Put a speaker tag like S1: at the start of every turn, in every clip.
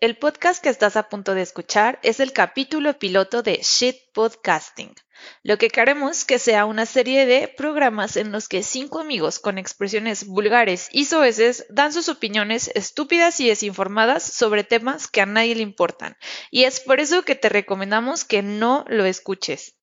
S1: El podcast que estás a punto de escuchar es el capítulo piloto de Shit Podcasting. Lo que queremos que sea una serie de programas en los que cinco amigos con expresiones vulgares y soeces dan sus opiniones estúpidas y desinformadas sobre temas que a nadie le importan. Y es por eso que te recomendamos que no lo escuches.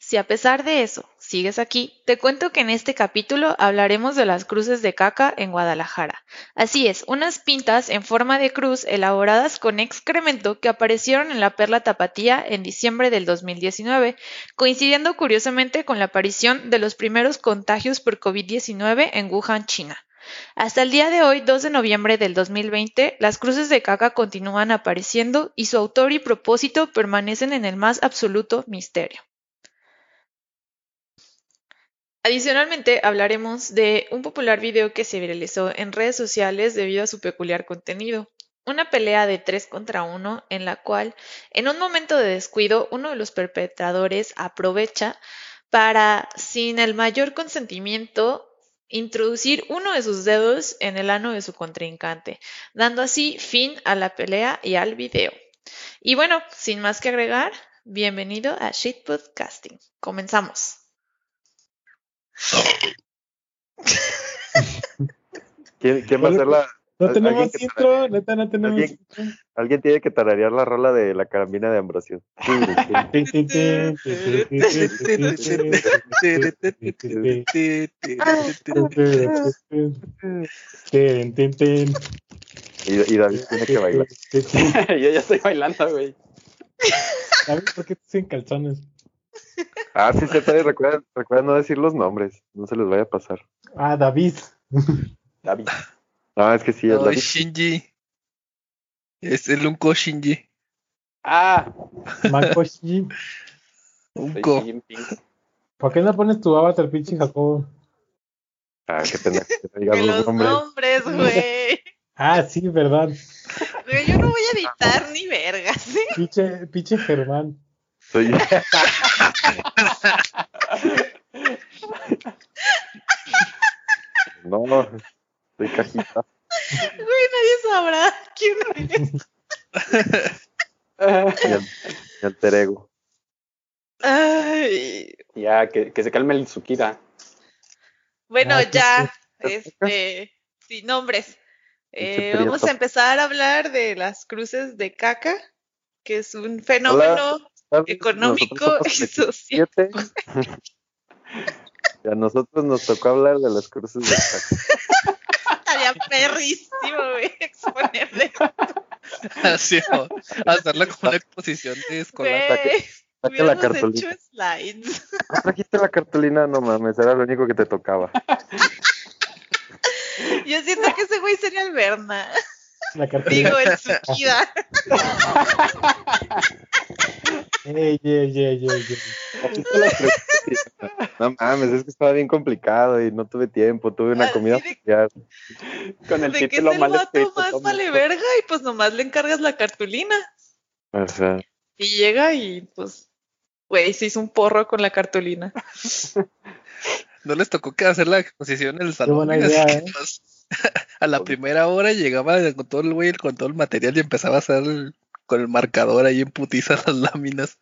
S1: Si a pesar de eso sigues aquí, te cuento que en este capítulo hablaremos de las cruces de caca en Guadalajara. Así es, unas pintas en forma de cruz elaboradas con excremento que aparecieron en la Perla Tapatía en diciembre del 2019, coincidiendo curiosamente con la aparición de los primeros contagios por COVID-19 en Wuhan, China. Hasta el día de hoy, 2 de noviembre del 2020, las cruces de caca continúan apareciendo y su autor y propósito permanecen en el más absoluto misterio. Adicionalmente, hablaremos de un popular video que se viralizó en redes sociales debido a su peculiar contenido. Una pelea de 3 contra 1 en la cual, en un momento de descuido, uno de los perpetradores aprovecha para, sin el mayor consentimiento, introducir uno de sus dedos en el ano de su contrincante, dando así fin a la pelea y al video. Y bueno, sin más que agregar, bienvenido a Shit Podcasting. Comenzamos.
S2: ¿Quién, quién va a
S3: Oye,
S2: ser la.?
S3: No
S2: Al- alguien
S3: tenemos
S2: que
S3: intro, neta, no tenemos
S2: Alguien- Alguien tiene que tararear la rola de la carambina de Ambrosio.
S3: intro.
S2: Y, y David tiene que bailar.
S4: Yo ya estoy bailando, güey.
S3: ¿Sabes por qué estás sin calzones?
S2: Ah, sí, se trae. Recuerda, recuerda no decir los nombres. No se les vaya a pasar.
S3: Ah, David.
S4: David.
S2: Ah, es que sí, es
S5: No,
S2: David.
S5: es Shinji. Es el Unco Shinji.
S4: Ah,
S3: Makoshi.
S4: soy
S5: Unco.
S4: Xi Jinping.
S3: ¿Por qué no pones tu avatar, pinche Jacobo?
S2: Ah, qué pena que no
S1: Que
S2: digas los
S1: los
S2: nombres.
S1: nombres, güey.
S3: Ah, sí, verdad.
S1: Güey, Yo no voy a editar ni vergas, ¿eh?
S3: Pinche, pinche Germán.
S2: Soy, no, soy cajita.
S1: Güey, nadie sabrá quién es.
S2: Mi, al- mi alter ego.
S1: Ay.
S4: Ya, que, que se calme el Tsukida.
S1: Bueno,
S3: Ah, sí,
S1: ya,
S2: sí.
S1: este, sin nombres.
S2: Pinche
S1: Eh, vamos
S2: prieto.
S1: a empezar a hablar de las cruces de caca, que es un fenómeno económico y
S2: Nosotros somos
S1: social.
S2: 27. Y a nosotros nos tocó hablar de las cruces de caca.
S1: Estaría perrísimo, güey, exponerle.
S5: Así, o hacerla como una exposición de escolar.
S1: Güey,
S2: Saca la
S1: hubiéramos
S2: cartulina.
S1: hecho slides.
S2: No trajiste la cartulina, no mames, era lo único que te tocaba.
S1: Yo siento que ese güey sería el Berna.
S3: La cartera.
S1: Digo, el Tsukida.
S3: Ey, ey, ey, ey, ey.
S2: Aquí está la pregunta. No mames, es que estaba bien complicado y no tuve tiempo, tuve una
S1: Así
S2: comida
S1: de-
S2: familiar.
S4: Con el
S1: De que es
S4: título
S1: el
S4: mal
S1: vato
S4: escrito.
S1: más
S4: toma.
S1: vale verga y pues nomás le encargas la cartulina.
S2: O sea,
S1: Y llega y pues, güey, se hizo un porro con la cartulina.
S5: No les tocó que hacer la exposición en el salón.
S3: buena
S5: güey, así
S3: idea,
S5: que
S3: ¿eh?
S5: los- a la primera hora llegaba con todo el güey, con todo el material y empezaba a hacer el- con el marcador ahí en putiza las láminas.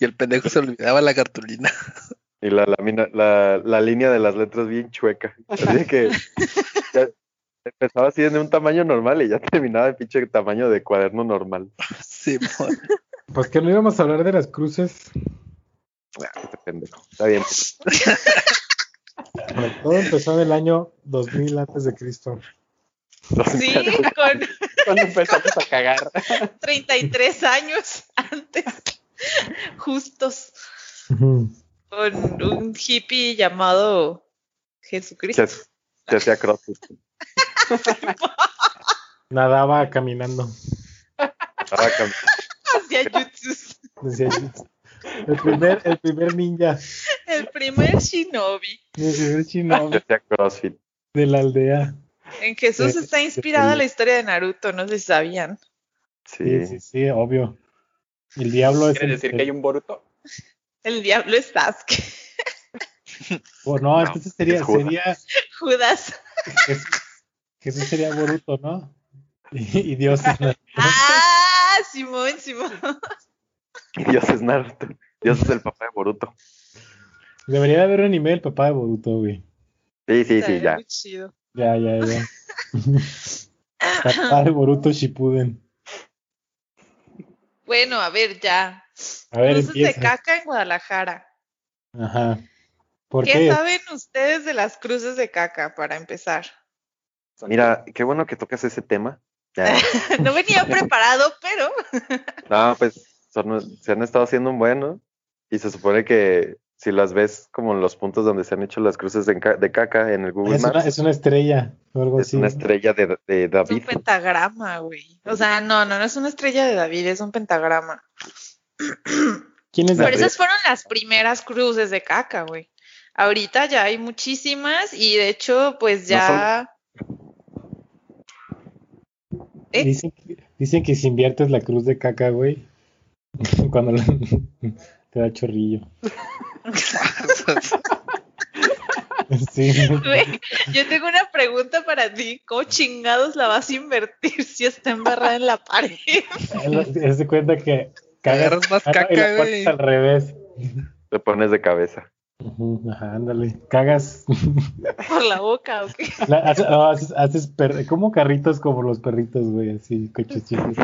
S5: Y el pendejo se olvidaba la cartulina.
S2: y la, lámina- la, la línea de las letras bien chueca. Así de que ya empezaba así de un tamaño normal y ya terminaba de pinche tamaño de cuaderno normal.
S5: Sí, mon.
S3: Pues que no íbamos a hablar de las cruces.
S2: Este pendejo. Está bien.
S3: Bueno, Todo empezó en el año 2000 antes de Cristo.
S1: Sí, con
S4: Cuando empezamos a cagar.
S1: 33 años antes, justos, con un hippie llamado Jesucristo.
S2: Se, se hacía crossfit.
S3: Nadaba caminando.
S2: Estaba cam-
S1: Hacía jutsus.
S3: Decía, el primer, el primer ninja.
S1: El primer shinobi.
S3: El primer chino
S2: se hacía crossfit.
S3: de la aldea.
S1: En Jesús
S4: Eh,
S3: Sí,
S1: está inspirada la historia de Naruto, no sé si sabían.
S3: Sí,
S2: Sí.
S3: sí, sí, obvio. El diablo es.
S4: ¿Quiere decir que hay un Boruto?
S1: El diablo es Sasuke.
S3: o Oh, no, entonces sería,
S2: es Judas.
S3: sería
S1: Judas.
S3: Jesús, Jesús sería Boruto, ¿no? Y, y Dios es la-
S1: ¡Ah! Simón, Simón.
S2: Dios es Naruto. Dios es el papá de Boruto.
S3: Debería de haber un anime del papá de Boruto, güey.
S2: Sí, sí, sí,
S1: Estaría
S2: ya.
S1: muy chido.
S3: Ya, ya, ya. papá de Boruto Shippuden.
S1: Bueno, a ver, ya.
S3: A ver,
S1: Cruces de
S3: empieza.
S1: caca en Guadalajara.
S3: Ajá. ¿Por
S1: ¿Qué,
S3: qué?
S1: saben ustedes de las cruces de caca para empezar?
S2: Mira, qué bueno que tocas ese tema. Ya.
S1: No venía preparado, pero
S2: No, pues son- se han estado haciendo un bueno y se supone que si las ves como en los puntos donde se han hecho las cruces de, ca- de caca en el Google
S3: Es una,
S2: Maps,
S3: es una estrella o algo
S2: es
S3: así.
S2: una estrella de,
S1: es
S2: de
S1: un
S2: David.
S1: pentagrama, güey. O sea, no, no, no es una estrella de David, es un pentagrama.
S3: ¿Quién es
S2: Una
S1: Pero
S3: David?
S2: estrella.
S1: esas fueron las primeras cruces de caca, güey. Ahorita ya hay muchísimas y de hecho, pues ya. ¿Eh?
S3: Dicen, que- dicen que si inviertes la cruz de caca, güey, cuando la- te da chorrillo. Sí.
S1: Güey, yo tengo una pregunta para ti. ¿Cómo chingados la vas a invertir si está embarrada en la pared?
S3: Haz de cuenta que cagas
S5: Agarras más
S3: Ah, no, y
S5: caca,
S3: la cortas
S5: güey.
S3: al revés.
S2: Te pones de cabeza.
S3: Ujú, Ajá, ándale. Cagas.
S1: ¿Por la boca o qué?
S3: la- haces, no, haces- haces per- como carritos como los perritos, güey, así, cochecitos.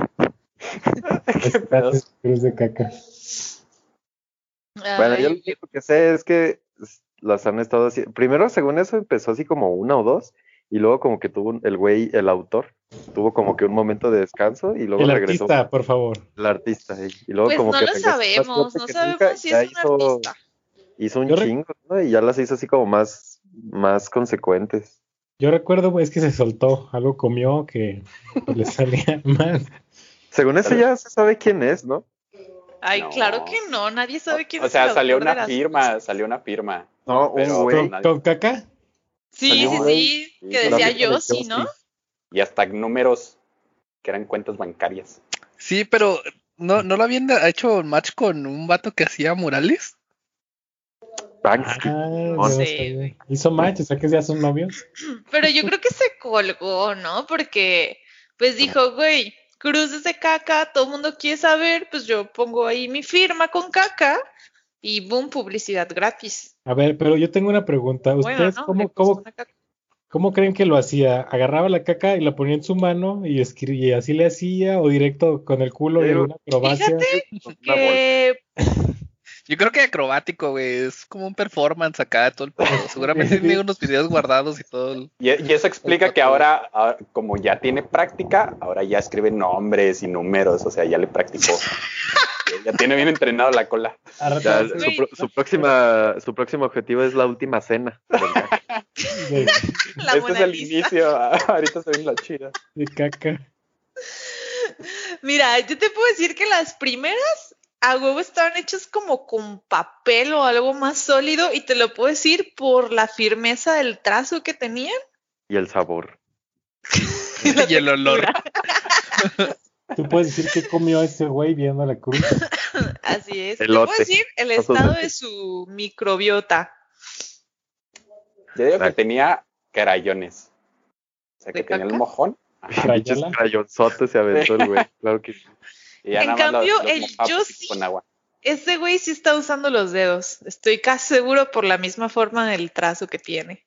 S3: Haces cruz de caca.
S2: Bueno, yo lo
S1: Ay,
S2: único que sé es que s- las han estado haciendo. Primero, según eso, empezó así como una o dos y luego como que tuvo un- el güey, el autor, tuvo como que un momento de descanso y luego
S3: El
S2: regresó
S3: artista, por favor.
S2: el artista. eh, Y luego
S1: Pues
S2: como
S1: no
S2: que
S1: lo
S2: regresó más
S1: sabemos,
S2: fuerte
S1: no
S2: que
S1: sabemos
S2: nunca,
S1: si es
S2: ya
S1: un
S2: hizo-
S1: artista.
S2: hizo un
S3: Yo re-
S2: chingo, ¿no? Y ya las hizo así como más, más consecuentes.
S3: Yo recuerdo, güey, es que se soltó. Algo comió que le salía más.
S2: Según eso
S4: Tal
S2: ya se sabe quién es, ¿no?
S1: Ay,
S4: No.
S1: claro que no, nadie sabe quién
S4: o, o
S1: es
S4: sea,
S1: el autor
S4: salió
S1: de
S4: una
S1: las-
S4: firma, salió una firma.
S2: No, un
S4: Pero-
S2: güey.
S3: ¿Con,
S4: nadie.
S3: con caca?
S1: Sí,
S2: Salió
S1: sí,
S2: un-
S1: sí, que
S4: sí, la
S1: decía
S2: firma de
S1: yo, sí, ¿no?
S4: Y hasta números que eran cuentas bancarias.
S5: Sí, pero ¿no, ¿no lo habían hecho match con un vato que hacía murales?
S2: Banksy.
S3: Ah,
S2: No
S3: ya
S1: sé,
S3: sabía.
S1: güey.
S3: Hizo match, o sea que ya son novios.
S1: Pero yo creo que se colgó, ¿no? Porque, pues dijo, güey, cruces de caca, todo el mundo quiere saber, pues yo pongo ahí mi firma con caca y boom, publicidad gratis.
S3: A ver, pero yo tengo una pregunta. ¿Ustedes
S1: Bueno, ¿no?
S3: cómo,
S1: Le
S3: cómo,
S1: puso una caca.
S3: ¿Cómo creen que lo hacía? ¿Agarraba la caca y la ponía en su mano y escribía así le hacía? ¿O directo con el culo y
S2: Pero-
S3: una acrobacia?
S2: Una bolsa.
S1: Que
S5: Yo creo que acrobático, güey. Es como un performance acá, todo el pedo. Seguramente tiene unos videos guardados y todo. el-
S4: Y, y eso explica que
S5: Ok.
S4: ahora, ahora, como ya tiene práctica, ahora ya escribe nombres y números, o sea, ya le practicó. ya tiene bien entrenado la cola.
S3: A rato
S2: Ya,
S3: así,
S2: su, pro- su próxima, su próximo objetivo es la última cena.
S3: de,
S1: la
S4: este es
S1: Mona
S4: el
S1: Lisa.
S4: inicio, ahorita se ve la chida.
S3: de caca.
S1: Mira, yo te puedo decir que las primeras a huevo estaban hechas como con papel o algo más sólido y te lo puedo decir por la firmeza del trazo que tenían.
S2: Y el sabor.
S5: y el olor.
S3: Tú puedes decir que comió ese güey viendo la cruz.
S1: Así es. Te
S2: Elote.
S1: puedo decir el
S2: Trazos de
S1: estado
S2: elote.
S1: de su microbiota.
S4: Yo digo que
S2: Exacto.
S4: tenía crayones. O sea,
S1: ¿De
S4: que tenía el
S1: caca?
S4: mojón.
S2: Pinches
S3: Crayola.
S2: crayonzotes se aventó el güey. Claro que sí.
S4: Y ya
S1: En
S4: nada más los-
S1: cambio,
S4: los
S1: el
S4: mojaba
S1: yo sí.
S4: Con agua.
S1: Este güey sí está usando los dedos. Estoy casi seguro por la misma forma del trazo que tiene.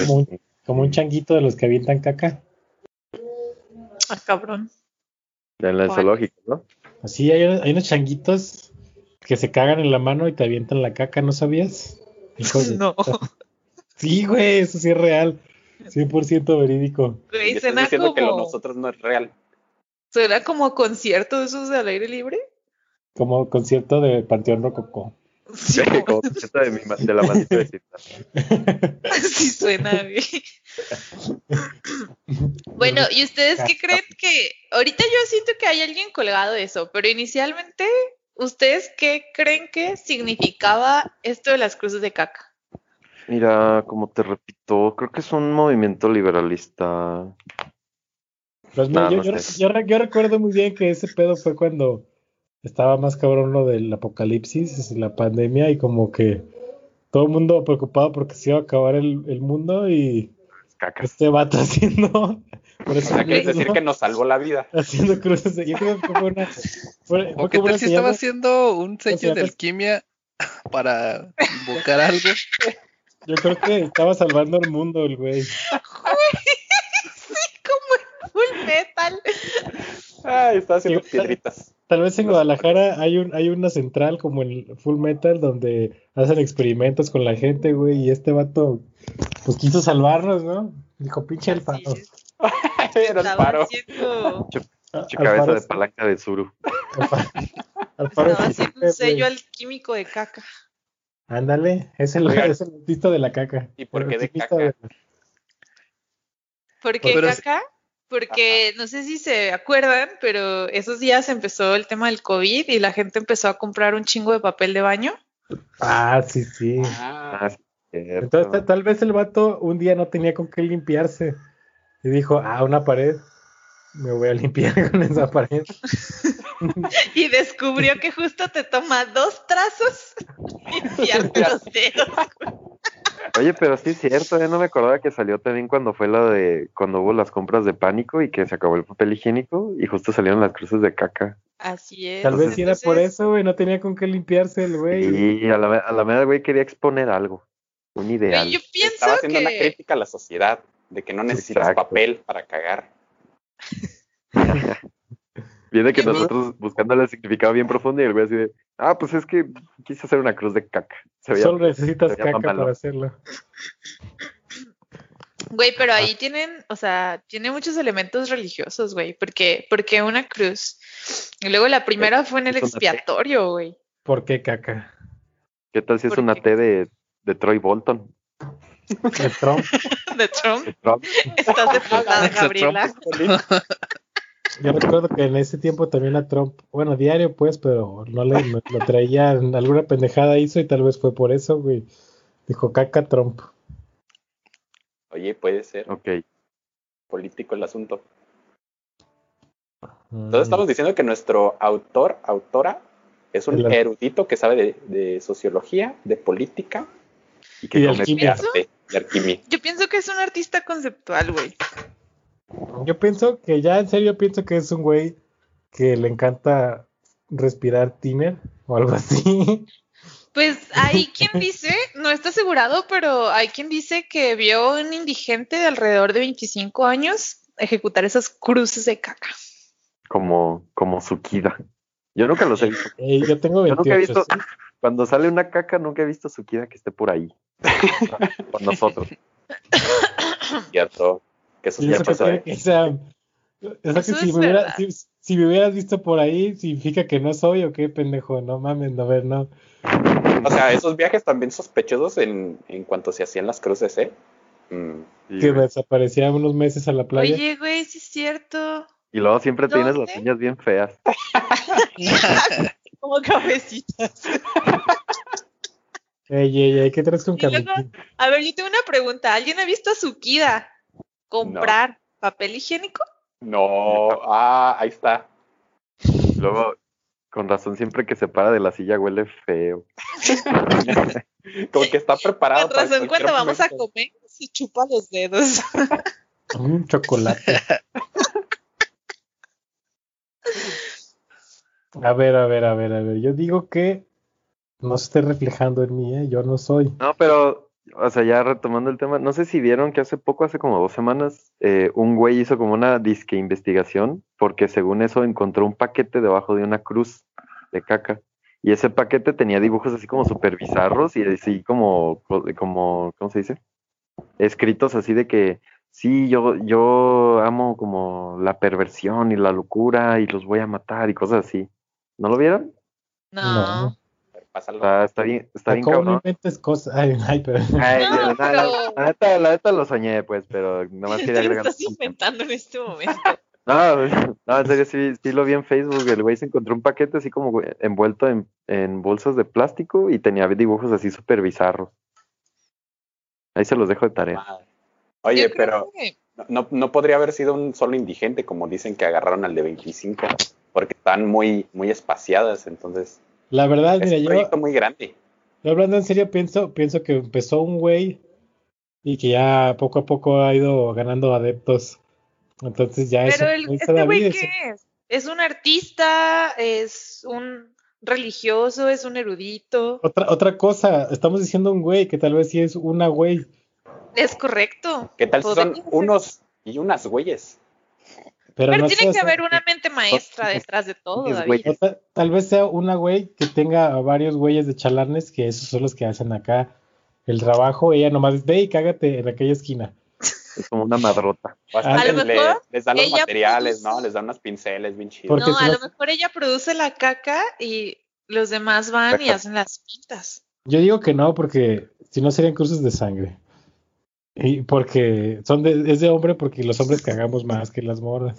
S3: Como un, como un changuito de los que avientan caca.
S1: Ah, cabrón.
S2: En la
S1: ¿Cuál?
S2: zoológica, ¿no?
S3: Así hay, hay unos changuitos que se cagan en la mano y te avientan la caca, ¿no sabías? Hijos de-
S1: No,
S3: Sí, güey, eso sí es real. 100% verídico.
S4: Y
S1: güey,
S4: estás
S1: suena
S4: diciendo que lo
S1: como,
S4: nosotros no es real.
S1: suena como concierto de esos al aire libre.
S3: Como concierto de Panteón Rococó.
S1: Sí,
S2: Como receta de, mi ma- de la maldita vecindad.
S3: Pues,
S1: Así suena, güey. Bueno, ¿y ustedes qué creen que ahorita yo siento que hay alguien colgado de eso, pero inicialmente, ¿ustedes qué creen que significaba esto de las cruces de caca?
S2: Mira, como te repito, creo que es un movimiento liberalista.
S3: Pues,
S2: No,
S3: yo,
S2: no
S3: yo-
S2: sé.
S3: yo re- yo recuerdo muy bien que ese pedo fue cuando estaba más cabrón lo del apocalipsis, es la pandemia, y como que todo el mundo preocupado porque se iba a acabar el, el mundo y
S2: Cacas.
S3: este vato haciendo Por eso
S4: O sea,
S3: yo
S4: quieres
S3: digo,
S4: decir que nos salvó la vida.
S3: haciendo cruces. de- Yo creo que fue una. Fue, fue
S5: O que
S3: como una
S5: tal si
S3: señal.
S5: estaba haciendo un sello
S3: llama-
S5: de alquimia para invocar algo.
S3: Yo creo que estaba salvando al mundo el güey.
S1: Sí, como en full metal.
S4: Ay, estaba haciendo
S3: Sí.
S4: piedritas.
S3: Tal vez en Guadalajara hay un hay una central como el Full Metal donde hacen experimentos con la gente, güey, y este vato pues quiso salvarnos, ¿no? Dijo, pinche el
S1: Así es,
S4: Era el
S1: Estaba
S4: paro.
S1: haciendo,
S2: Pinche cabeza de palanca de Zuru.
S1: estaba haciendo Pues un sello alquímico de caca.
S3: Ándale, es el,
S4: Oigan.
S3: es el autista de la caca.
S4: ¿Y por
S3: El
S4: qué de
S3: autista
S4: caca?
S1: ¿Por qué
S5: Pero es-
S1: caca? Porque no sé si se acuerdan, pero esos días empezó el tema del COVID y la gente empezó a comprar un chingo de papel de baño.
S3: Ah, sí, sí.
S4: Ah,
S2: Ah, sí, cierto.
S3: Entonces, ta- tal vez el vato un día no tenía con qué limpiarse y dijo, ah, una pared, me voy a limpiar con esa pared.
S1: Y descubrió que justo te toma dos trazos limpiarte los dedos.
S2: Oye, pero sí es cierto, ¿eh? no me acordaba que salió también cuando fue la de cuando hubo las compras de pánico y que se acabó el papel higiénico y justo salieron las cruces de caca.
S1: Así es.
S3: Tal vez sí era por
S1: Entonces,
S3: eso, güey, no tenía con qué limpiarse el güey.
S2: Y a la, me- a la mera, güey, quería exponer algo, un ideal.
S1: güey, Yo pienso
S4: estaba haciendo una
S1: que
S4: crítica a la sociedad de que no necesitas
S2: Exacto.
S4: papel para cagar.
S2: Viene que
S5: Yo-
S2: nosotros buscándole el significado bien profundo y el güey así de, ah, pues es que quise hacer una cruz de caca. Se veía-
S3: Solo necesitas
S2: se veía
S3: caca
S2: mamalo.
S3: para hacerlo.
S1: Güey, pero ahí tienen, o sea, tiene muchos elementos religiosos, güey, porque, porque una cruz. Y luego la primera fue en el
S2: es una T.
S1: expiatorio, güey.
S3: ¿Por qué caca?
S2: ¿Qué tal si es
S1: ¿Por
S2: una
S1: qué?
S2: T de, de Troy Bolton?
S3: El Trump.
S1: De Trump.
S2: De Trump.
S1: Estás deportada,
S5: Alexa
S1: Gabriela.
S3: Yo recuerdo que en ese tiempo también la Trump, bueno, diario pues, pero no le no- lo traían, alguna pendejada hizo y tal vez fue por eso, güey. Dijo caca Trump.
S4: Oye, puede ser
S2: Ok.
S4: político el asunto.
S3: Mm.
S4: Entonces estamos diciendo que nuestro autor, autora, es un
S3: El-
S4: erudito que sabe de, de sociología, de política
S2: Y que
S3: Y de
S2: comete-
S4: y de
S3: alquimia.
S1: ¿Pienso?
S4: arte, de alquimia.
S1: Yo pienso que es un artista conceptual, güey.
S3: Yo pienso que ya en serio pienso que es un güey que le encanta respirar tiner o algo así.
S1: Pues hay quien dice, no está asegurado, pero hay quien dice que vio a un indigente de alrededor de 25 años ejecutar esas cruces de caca.
S2: como, como su kida. Yo nunca los he visto.
S3: Ey, yo tengo
S2: Yo
S3: 28.
S2: nunca he visto-
S3: ¿sí?
S2: Cuando sale una caca, nunca he visto su kida que esté por ahí. Con nosotros.
S4: Cierto. Que eso sí
S3: Yo
S4: ya
S3: creo
S4: pasó, ¿eh?
S3: que, o sea, o sea, que
S1: Eso
S3: si,
S1: es
S3: me hubiera-
S1: verdad.
S3: si- si me hubieras visto por ahí, significa que no soy o qué pendejo, no mames, no ver, no.
S4: O sea, esos viajes también sospechosos en, en cuanto se hacían las cruces, ¿eh? Mm.
S2: Sí,
S3: que me
S2: güey.
S3: desaparecía unos meses a la playa.
S1: Oye, güey, sí es cierto.
S2: y luego siempre tienes las
S1: ¿Dónde?
S2: uñas bien feas.
S1: Como cabecita.
S3: Ey, ey, ey, ¿qué traes con
S1: Y luego-
S3: Camiquín?
S1: A ver, yo tengo una pregunta. ¿Alguien ha visto a Zukida comprar papel higiénico?
S4: No, ah, ahí está.
S2: Luego, con razón, siempre que se para de la silla huele feo.
S4: Como que está preparado.
S1: Eh, Con razón,
S4: cualquier
S1: cuando vamos a
S4: momento.
S1: comer, se chupa los dedos.
S3: Un chocolate. A ver, a ver, a ver, a ver. Yo digo que no se esté reflejando en mí, ¿eh? Yo no soy.
S2: No, pero, o sea, ya retomando el tema, no sé si vieron que hace poco, hace como dos semanas, eh, un güey hizo como una disque investigación, porque según eso encontró un paquete debajo de una cruz de caca. Y ese paquete tenía dibujos así como super bizarros y así como, como, ¿cómo se dice? Escritos así de que, sí, yo, yo amo como la perversión y la locura y los voy a matar y cosas así. ¿No lo vieron?
S1: No.
S3: No.
S4: Pásalo.
S2: Está, está bien, está bien
S3: ¿Cómo no
S2: cabrón.
S3: inventes cosas? Ay, ay, pero.
S2: Ay,
S1: No,
S2: la- la-
S1: pero-
S2: la, neta, la neta lo soñé, pues, pero nada más
S1: Te
S2: quería
S1: lo
S2: agregar.
S1: estás inventando en este momento.
S2: No, no, en serio, sí, sí lo vi en Facebook. El güey se encontró un paquete así como güey, envuelto en, en bolsas de plástico y tenía dibujos así súper bizarros. Ahí se los dejo de tarea.
S4: Madre. Oye,
S1: Yo creo
S4: pero
S1: que-
S4: no, no podría haber sido un solo indigente, como dicen que agarraron al de 25, porque están muy, muy espaciadas, entonces
S3: La verdad,
S4: es
S3: Pues mira,
S4: un
S3: yo,
S4: proyecto muy grande.
S3: yo hablando en serio, pienso, pienso que empezó un güey y que ya poco a poco ha ido ganando adeptos Entonces ya eso.
S1: Pero el,
S3: ahí está
S1: este güey,
S3: David,
S1: ¿qué
S3: ese-
S1: es? ¿Es un artista? ¿Es un religioso? ¿Es un erudito?
S3: Otra, otra cosa, estamos diciendo un güey que tal vez sí es una güey.
S1: ¿Es correcto?
S4: ¿Qué tal si son
S1: Podría ser.
S4: unos y unas güeyes?
S3: Pero,
S1: Pero,
S3: no
S1: tiene
S3: sea
S1: que
S3: esa-
S1: haber una mente maestra detrás de todo,
S2: Es
S1: David.
S2: güey.
S3: o ta- tal vez sea una güey que tenga a varios güeyes de chalanes que esos son los que hacen acá el trabajo. Ella nomás ve y cágate en aquella esquina.
S2: Es como una madrota.
S4: O hasta
S3: A
S1: lo
S4: les,
S1: mejor
S4: les dan los
S1: ella
S4: materiales,
S1: produce-
S4: ¿no? Les dan unos pinceles bien chidos.
S3: Porque
S1: no,
S3: si
S1: a
S3: no-
S1: lo mejor ella produce la caca y los demás van y hacen las pintas.
S3: Yo digo que no, porque si no serían cruces de sangre. Y porque son de, es de hombre porque los hombres cagamos más que las morras.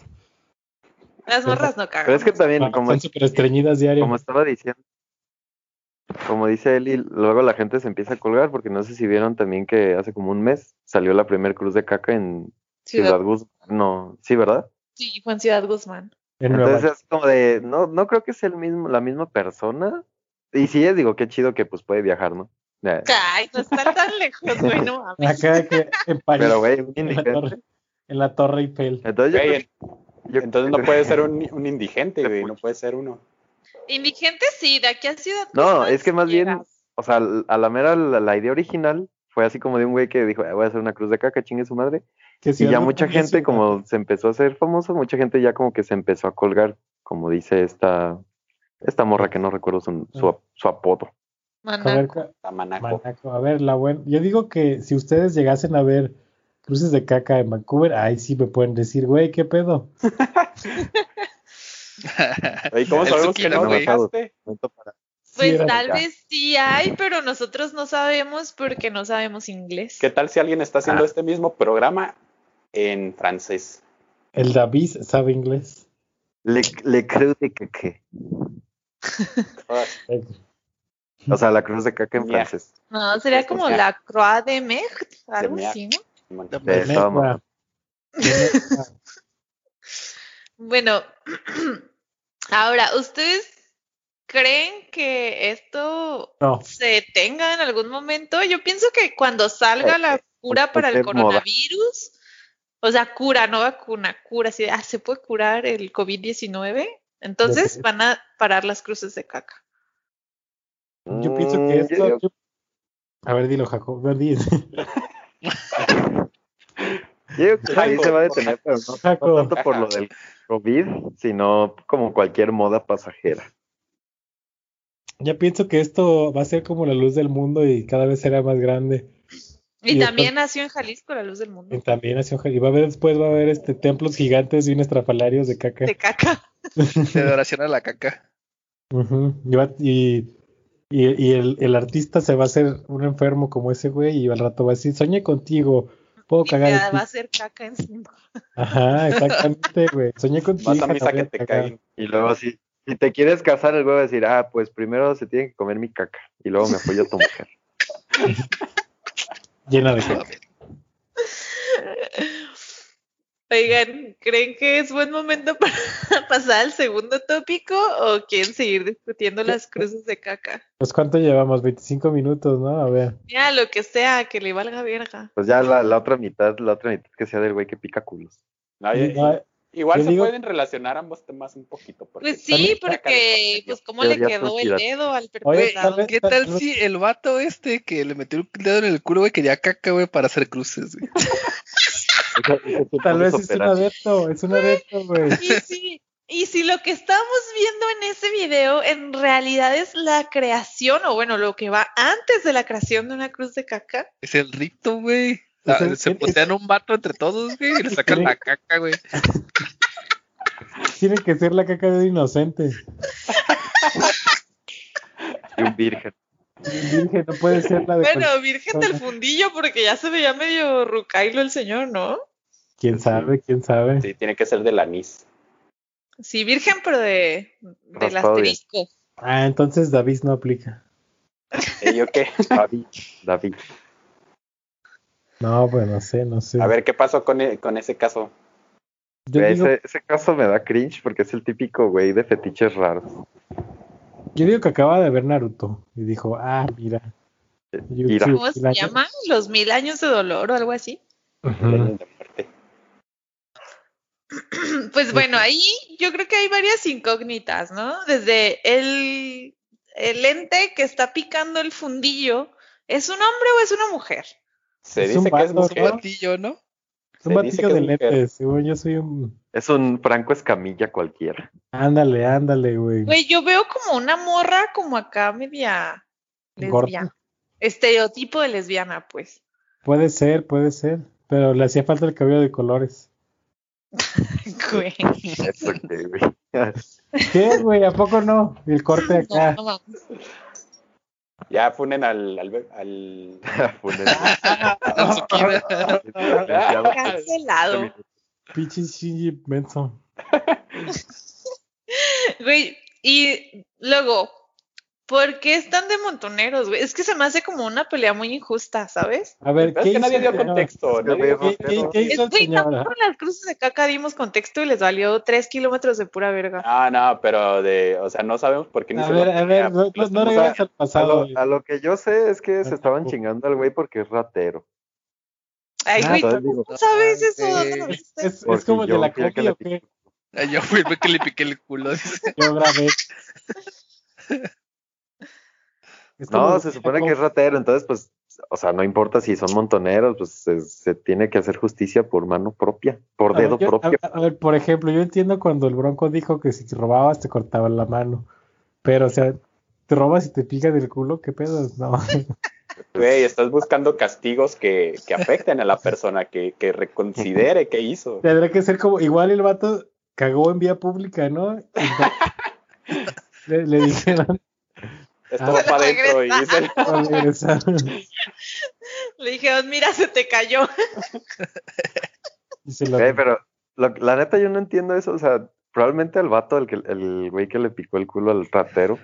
S1: Las morras no
S2: Pero
S1: cagan.
S2: es que también, como,
S3: Están súper estreñidas diario.
S2: como estaba diciendo, como dice él, y luego la gente se empieza a colgar, porque no sé si vieron también que hace como un mes salió la primer cruz de caca en Ciudad Guzmán. No, sí, ¿verdad?
S1: Sí, fue en Ciudad Guzmán.
S3: En Nueva
S2: Entonces
S3: York.
S2: es como de, no, no creo que sea el mismo, la misma persona. Y si es, digo, qué chido que pues puede viajar, ¿no? Eh,
S1: Ay, no están tan lejos, güey, no mames.
S3: Acá que en París.
S2: Pero, güey, un
S3: en, la
S2: indigente.
S3: torre, en la torre Eiffel.
S2: Entonces, yo
S4: Güey,
S2: creo que- yo-
S4: Entonces no puede ser un, un indigente, güey, no puede ser uno.
S1: Indigente sí, de aquí a Ciudad
S2: No,
S1: Guzmán
S2: es que más bien-
S1: llegas.
S2: O sea, al- a la mera, la, la idea original fue así como de un güey que dijo, "Eh, voy a hacer una cruz de caca, chingue su madre.
S3: Que
S2: Y
S3: Ciudad
S2: ya
S3: Guzmán
S2: mucha
S3: es
S2: gente,
S3: ciudad.
S2: como se empezó a hacer famoso, mucha gente ya como que se empezó a colgar, como dice esta, esta morra que no recuerdo su, su, su apodo.
S3: A ver,
S1: Maná.
S3: ca-
S4: Tamanaco.
S3: Manaco. A ver, la buen... Yo digo que si ustedes llegasen a ver cruces de caca en Vancouver, ahí sí me pueden decir, güey, ¿qué pedo?
S4: Oye, ¿cómo
S5: El
S4: sabemos que
S5: Zucchini,
S4: no
S5: güey.
S4: dejaste?
S3: Sí,
S1: Pues
S3: era-
S1: tal
S2: ya.
S1: vez sí hay, pero nosotros no sabemos porque no sabemos inglés.
S4: ¿Qué tal si alguien está haciendo
S2: Ah.
S4: este mismo programa en francés?
S3: El David sabe inglés.
S2: Le, le cruz de caca.
S4: Ah,
S2: O sea, la cruz de caca en
S4: Ya.
S2: francés.
S1: No, sería
S4: Pues,
S1: como
S4: ya.
S1: la Croix de Meg, algo
S4: Meg.
S1: así, ¿no?
S4: bueno.
S2: Eh,
S5: También.
S2: estaba mal.
S3: Neta. Neta.
S1: Bueno, ahora, ¿ustedes creen que esto
S3: No.
S1: se detenga en algún momento? Yo pienso que cuando salga
S2: Eh,
S1: la cura para el
S2: es moda.
S1: coronavirus, o sea, cura, no vacuna, cura, si ah, se puede curar el COVID-19, entonces
S3: Depende.
S1: van a parar las cruces de caca.
S3: Yo pienso que
S2: Mm,
S3: esto.
S2: yo-
S3: yo- A ver, dilo, Jacob. no, di-
S2: yo digo que ahí se va a detener, pero no, no
S3: Jacob.
S2: tanto por lo del COVID, sino como cualquier moda pasajera.
S3: Ya pienso que esto va a ser como la luz del mundo y cada vez será más grande.
S1: Y,
S3: Y
S1: también
S3: entonces-
S1: nació en Jalisco la luz del mundo
S3: Y también hacia Ojalá. Y va a haber después, va a haber este templos gigantes y un estrafalarios de caca.
S1: de caca.
S5: Se oración a la caca.
S3: Ujú, Y, va- y- y- y el, el artista se va a hacer un enfermo como ese güey y al rato va a decir, soñé contigo, puedo
S1: Y te
S3: cagar. en ti".
S1: va a hacer caca encima.
S3: Ajá, exactamente, güey. Soñé contigo.
S4: Vas a misa
S3: Javier,
S4: que te
S3: cagar".
S4: caigan.
S2: Y luego así, si te quieres casar, el güey va a decir, ah, pues primero se tiene que comer mi caca y luego me apoya tu mujer.
S3: Llena de caca.
S1: Oigan, ¿creen que es buen momento para pasar al segundo tópico o quieren seguir discutiendo las cruces de caca?
S3: Pues cuánto llevamos, 25 minutos, ¿no? A ver.
S1: Ya, lo que sea, que le valga verga.
S2: Pues ya la, la otra mitad, la otra mitad que sea del güey que pica culos.
S4: No, y-
S3: Ah,
S4: igual
S3: yo
S4: se
S3: digo-
S4: pueden relacionar ambos temas un poquito. porque
S1: Pues sí,
S4: también saca de
S1: porque,
S4: contexto.
S1: pues, ¿cómo le
S2: Teorías
S1: quedó el
S2: conspirativas.
S1: dedo al
S3: Oye,
S1: perpetrador?
S3: vez-
S5: ¿Qué tal si el vato este que le metió el dedo en el culo, güey, quería caca, güey, para hacer cruces, güey?
S3: Tal vez es un adepto, es un adepto, güey.
S1: Y si, y si lo que estamos viendo en ese video en realidad es la creación, o bueno, lo que va antes de la creación de una cruz de caca,
S5: Es el rito, güey.
S3: Es el-
S5: Ah, se posean un vato entre todos, güey, y le sacan la caca, güey.
S3: Tiene que ser la caca de un inocente.
S2: Y un virgen.
S3: Virgen, no puede ser la de cualquier-
S1: bueno, virgen del fundillo, porque ya se veía medio rucailo el señor, ¿no?
S3: quién sabe, quién
S1: pues
S3: sabe.
S4: Sí, tiene que ser del anís.
S1: Sí, virgen, pero de, del
S2: Raspado bien.
S1: asterisco.
S3: Ah, entonces David no aplica.
S4: ¿Y Eh, yo qué?
S2: David, David.
S3: No, pues no sé, no sé.
S4: A ver, ¿qué pasó con, e- con ese caso?
S3: yo
S2: Ese,
S3: digo,
S2: ese caso me da cringe porque es el típico güey de fetiches raros.
S3: yo digo que acaba de ver Naruto y dijo, ah, mira.
S2: Ira.
S1: ¿Cómo se
S3: Mm.
S1: llama? Los mil años de dolor o algo así.
S3: Ujú.
S4: De muerte.
S1: Pues bueno, ahí yo creo que hay varias incógnitas, ¿no? Desde el, el ente que está picando el fundillo, ¿es un hombre o es una mujer?
S4: Se
S3: Es un
S4: dice que es
S3: vato,
S5: Un
S4: mujer.
S5: batillo, ¿no?
S3: Es un
S4: Se dice
S3: batillo de
S4: que es mujer.
S3: lentes, según yo soy un...
S2: Es un Franco Escamilla cualquiera.
S3: Ándale, ándale, güey.
S1: Güey, yo veo como una morra como acá media
S3: Gorda.
S1: lesbiana. Estereotipo de lesbiana, pues.
S3: Puede ser, puede ser. Pero le hacía falta el cabello de colores.
S1: Güey.
S2: Eso que, güey.
S3: ¿Qué, güey? ¿A poco no? El corte
S1: No,
S3: acá.
S1: no mames.
S4: Ya funen al. al, al-
S2: Funes,
S1: Ah,
S5: Al Tsukina.
S2: licenciado.
S1: Cancelado.
S3: Pinche Shinji Benson.
S1: Güey, y luego, ¿por qué están de montoneros, güey? Es que se me hace como una pelea muy injusta, ¿sabes?
S3: A ver,
S4: Pero
S3: ¿qué Este,
S4: es que nadie
S3: hizo
S4: dio
S3: el señor?
S4: contexto.
S2: Es que
S4: nadie
S2: veo-
S4: dio
S3: ¿Qué,
S4: contexto.
S3: qué- qué hizo el
S1: Güey,
S3: señor?
S1: tampoco en las cruces de caca dimos contexto y les valió tres kilómetros de pura verga.
S4: Ah, no, pero de. O sea, no sabemos por qué ni
S3: A
S4: se
S3: ver,
S4: lo
S3: a ver, no,
S4: Los-
S3: no- no regreses al
S2: A
S3: pasado.
S2: lo,
S3: güey.
S2: a lo que yo sé es que se estaban chingando al güey porque es ratero.
S1: Ay,
S3: ah,
S1: güey,
S2: Entonces
S1: ¿tú
S2: digo,
S1: ¿cómo sabes
S5: Ay,
S1: eso? ¿Dónde lo
S5: güey.
S1: viste?
S3: Es, es
S2: Porque
S3: como el de
S2: yo
S3: la
S2: fui el que
S3: copia,
S2: le
S3: ¿o qué?
S5: Ay, Yo fui el que le piqué el culo, dice.
S3: Yo grabé. Es como
S2: No,
S3: el
S2: se
S3: de la
S2: supone que es
S3: copia.
S2: ratero, entonces pues, o sea, no importa si son montoneros, pues se, se tiene que hacer justicia por mano propia, por
S3: A ver,
S2: dedo
S3: yo-
S2: propio.
S3: a- a ver, por ejemplo, yo entiendo cuando el Bronco dijo que si robabas te cortaban la mano. Pero, o sea, te robas y te pican el culo, ¿qué pedo? No.
S4: Güey, estás buscando castigos que, que afecten a la persona, que, que reconsidere qué hizo.
S3: Tendrá que ser como, igual el vato cagó en vía pública, ¿no? Entonces, le, le dijeron
S4: Esto va para adentro y dice,
S3: "No, regresa".
S1: Le dijeron, mira, se te cayó.
S3: Y se lo-
S2: Güey, pero lo- la neta yo no entiendo eso, o sea, probablemente al vato, el, que, el güey que le picó el culo al ratero,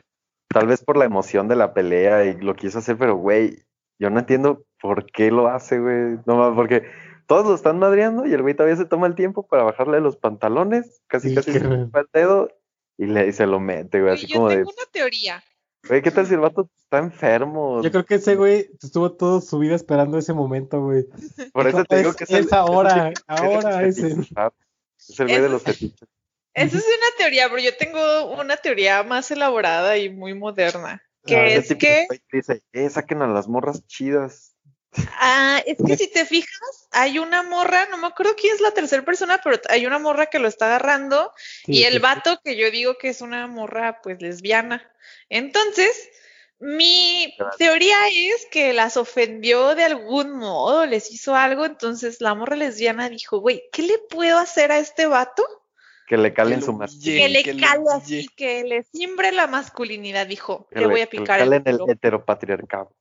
S2: tal vez por la emoción de la pelea y lo quiso hacer, pero güey, yo no entiendo por qué lo hace, güey, no más porque todos lo están madreando y el güey todavía se toma el tiempo para bajarle los pantalones, casi
S3: Sí,
S2: casi
S3: qué
S2: se
S3: raro.
S2: chupa el dedo y, le, y se lo mete, güey,
S1: Güey,
S2: así
S1: yo
S2: como de,
S1: tengo una teoría.
S2: güey, ¿qué tal si el vato está enfermo?
S3: Yo creo que ese güey estuvo toda su vida esperando ese momento, güey.
S2: por eso te digo que
S3: es,
S2: el-
S3: ahora,
S2: es el-
S3: ahora
S2: es
S3: es
S2: el-
S3: el-
S2: ah, es el güey de
S1: Eso-
S2: los fetiches.
S1: Esa es una teoría, pero yo tengo una teoría más elaborada y muy moderna. Que
S3: Ah,
S1: es
S2: Ese tipo
S1: que,
S2: de güey Dice, eh, saquen a las morras chidas.
S1: ah, es que si te fijas, hay una morra, no me acuerdo quién es la tercera persona, pero hay una morra que lo está agarrando y
S3: Sí,
S1: el
S3: sí.
S1: vato que yo digo que es una morra, pues lesbiana. Entonces, mi
S2: Claro.
S1: teoría es que las ofendió de algún modo, les hizo algo, entonces la morra lesbiana dijo, güey, ¿qué le puedo hacer a este vato?
S2: Que le calen
S5: lo
S2: su mar.
S5: humille,
S1: que le
S5: que lo
S1: cale
S5: humille.
S1: así, que le simbre la masculinidad, dijo.
S2: Que
S1: le voy
S2: le-
S1: a
S2: que le
S1: picar el
S2: calen el
S1: culo.
S2: heteropatriarcado.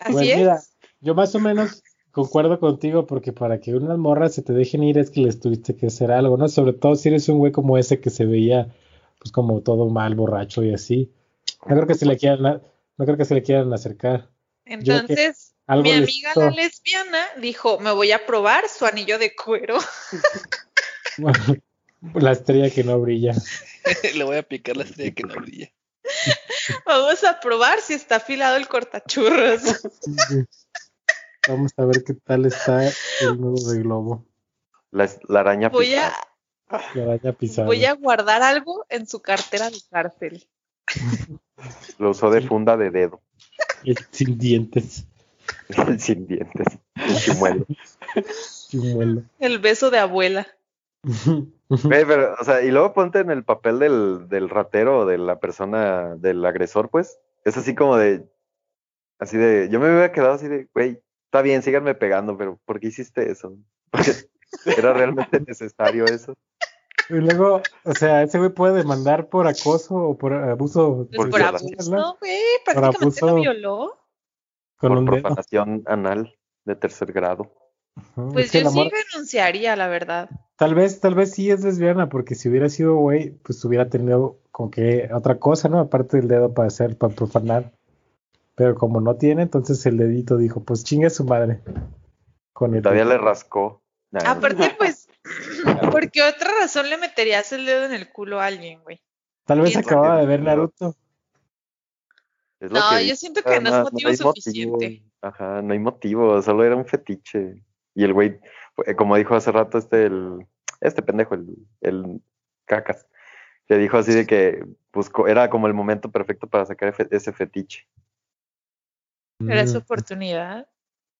S1: Así
S3: Pues
S1: es.
S3: mira, yo más o menos concuerdo contigo porque para que unas morras se te dejen ir es que les tuviste que hacer algo, ¿no? Sobre todo si eres un güey como ese que se veía pues como todo mal, borracho y así. No creo que se le quieran, a- no creo que se le quieran acercar. yo creo que
S1: Entonces,
S3: Algo
S1: mi
S3: les
S1: amiga
S3: hizo.
S1: la lesbiana dijo, me voy a probar su anillo de cuero.
S3: La estrella que no brilla.
S5: Le voy a picar la estrella que no brilla.
S1: Vamos a probar si está afilado el cortachurros.
S3: Vamos a ver qué tal está el nudo de globo.
S2: La, es- la araña
S1: Voy a,
S2: picada.
S3: La araña pisada.
S1: voy a guardar algo en su cartera de cárcel.
S2: Lo usó de funda de dedo.
S3: El sin dientes.
S2: sin dientes. Un chimuelo.
S3: chimuelo.
S1: El beso de abuela.
S2: Ve, pero, o sea, y luego ponte en el papel del, del ratero o de la persona, del agresor, pues. Es así como de. Así de. Yo me hubiera quedado así de, güey, está bien, síganme pegando, pero ¿por qué hiciste eso? ¿Era realmente necesario eso?
S3: Y luego, o sea, ese güey puede demandar por acoso o por abuso.
S1: Pues
S2: Por
S1: por
S2: violación,
S1: abuso, güey. Prácticamente
S3: abuso.
S1: lo violó.
S3: Con un
S2: Por
S3: dedo.
S2: profanación anal de tercer grado.
S3: Ajá.
S1: Pues
S3: Es que
S1: yo
S3: la
S1: sí
S3: morra-
S1: renunciaría, la verdad.
S3: Tal vez, tal vez sí es lesbiana, porque si hubiera sido güey, pues hubiera tenido con que otra cosa, ¿no? Aparte del dedo para hacer, para profanar. Pero como no tiene, entonces el dedito dijo, pues chingue su madre. Con el
S2: Todavía le rascó. Nah,
S1: Aparte, pues, ¿por qué otra razón le meterías el dedo en el culo a alguien, güey?
S3: Tal vez acababa de ver Naruto.
S2: es lo
S1: No,
S2: que
S1: yo
S2: dice.
S1: siento
S2: Ah,
S1: que no es motivo
S2: hay
S1: suficiente.
S2: motivo. Ajá, eh, no hay motivo, solo era un fetiche. Y el güey, fue- como dijo hace rato este, el, este pendejo, el, el cacas, le dijo así de que buscó, era como el momento perfecto para sacar efe- ese fetiche.
S1: Era su
S3: Mm,
S1: oportunidad.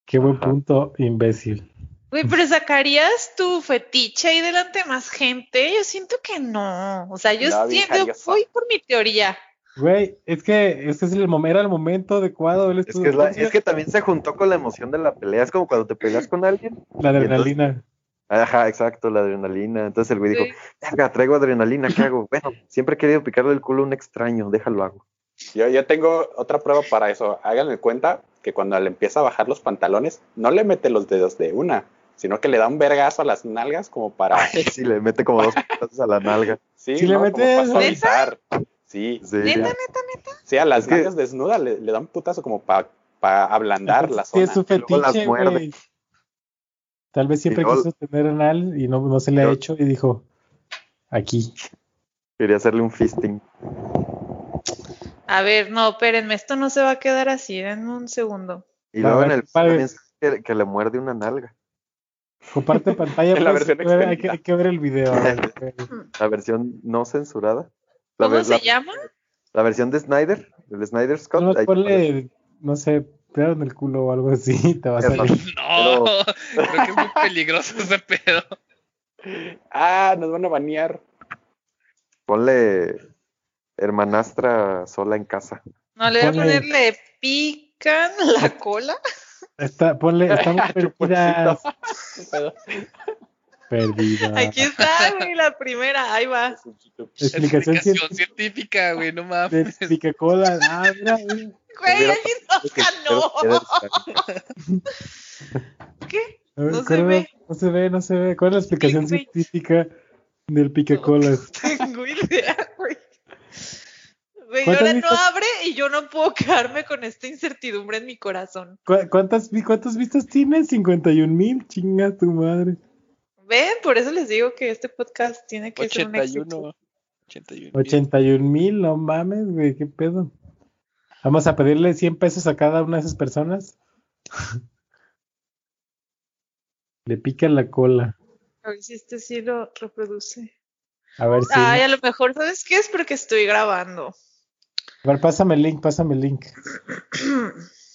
S3: Qué buen
S2: Ajá.
S3: punto, imbécil.
S1: Güey, pero ¿sacarías tu fetiche ahí delante de más gente? Yo siento que no. O sea, yo
S4: La vieja
S1: siento,
S4: diosa.
S1: voy por mi teoría.
S3: Güey, es que este es el, mom- era el momento adecuado. él
S2: Es
S3: estuvo-
S2: que, es la- es que también se juntó con la emoción de la pelea, es como cuando te peleas con alguien.
S3: la adrenalina.
S2: Ajá, exacto, la adrenalina. Entonces el güey dijo,
S1: Sí.
S2: "Verga, traigo adrenalina, ¿qué hago? Bueno, siempre he querido picarle el culo a un extraño, déjalo hago.
S4: Yo, yo tengo otra prueba para eso. Háganme cuenta que cuando le empieza a bajar los pantalones, no le mete los dedos de una, sino que le da un vergazo a las nalgas como para.
S2: Sí, le mete como dos putazos a la nalga.
S4: Sí,
S3: Si le
S4: ¿no? Como
S3: metes-
S4: para
S3: ¿Neta?
S4: suavizar. Sí,
S2: Sí,
S1: Neta,
S2: ya.
S1: neta,
S4: sí, a las
S2: Es que-
S4: nalgas desnudas le, le da un putazo como para ablandar la
S3: Sí,
S4: zona.
S3: es su
S2: y luego las
S3: fetiche,
S2: muerde.
S3: güey. Tal vez siempre
S2: Y luego-
S3: quiso tener anal y no, no se le ha
S2: Yo-
S3: hecho y dijo, aquí.
S2: Quería hacerle un fisting.
S1: A ver, no, espérenme, esto no se va a quedar así, denme un segundo.
S2: Y
S3: Para
S2: luego en
S3: ver,
S2: el
S3: para ver.
S2: también sale que, que le muerde una nalga.
S3: Comparte pantalla.
S4: En la
S3: pues,
S4: versión
S3: hay que ver- hay, que,
S4: extendida.
S3: hay que ver el video. güey.
S2: La versión no censurada. La,
S1: ¿Cómo
S2: ver-
S1: se
S2: la-
S1: llama?
S2: la versión de Snyder, el Snyder Scott.
S3: Nomás
S2: ahí aparece.
S3: ponle, no sé, pedo en el culo o algo así, te va a
S2: Es
S3: salir.
S5: No,
S3: Ah,
S5: creo que es muy peligroso ese pedo.
S4: Ah, nos van a banear.
S2: Ponle hermanastra sola en casa.
S1: No, le voy a
S3: Ponle-
S1: ponerle pican la cola.
S3: Está, ponle, estamos perdidas.
S4: ¿Qué pedo?
S3: Perdidas.
S2: Ah.
S1: Aquí está, güey, la primera, ahí va.
S3: Explicación
S5: Explicación
S3: científica
S5: científica, güey, no mames.
S3: de Picacola. Ah, mira, mira.
S1: Güey, ah,
S2: Hubiera
S1: alguien nos
S2: Pero-
S1: ganó.
S2: pero-
S1: ¿Qué?
S3: A ver,
S1: No se
S3: ¿cuál era?
S1: ve.
S3: No se ve, no se ve. ¿Cuál es la explicación
S1: Clickbait.
S3: científica del Picacola?
S1: Tengo idea, güey. Güey,
S3: ¿Cuántas
S1: ahora no
S3: vistas?
S1: abre y yo no puedo quedarme con esta incertidumbre en mi corazón.
S3: ¿Cu- ¿Cuántas, vi- ¿Cuántas vistas tiene? 51 mil. Chinga tu madre.
S1: Ven, por eso les digo que este podcast tiene que ser un éxito.
S5: 81. 81.
S3: 81 mil, no mames, güey, qué pedo. Vamos a pedirle 100 pesos a cada una de esas personas. Le pica la cola.
S1: A ver si este sí lo reproduce.
S3: A ver si.
S1: Ay, a lo mejor, ¿sabes qué? Es porque estoy grabando.
S3: A ver, pásame el link, pásame el link.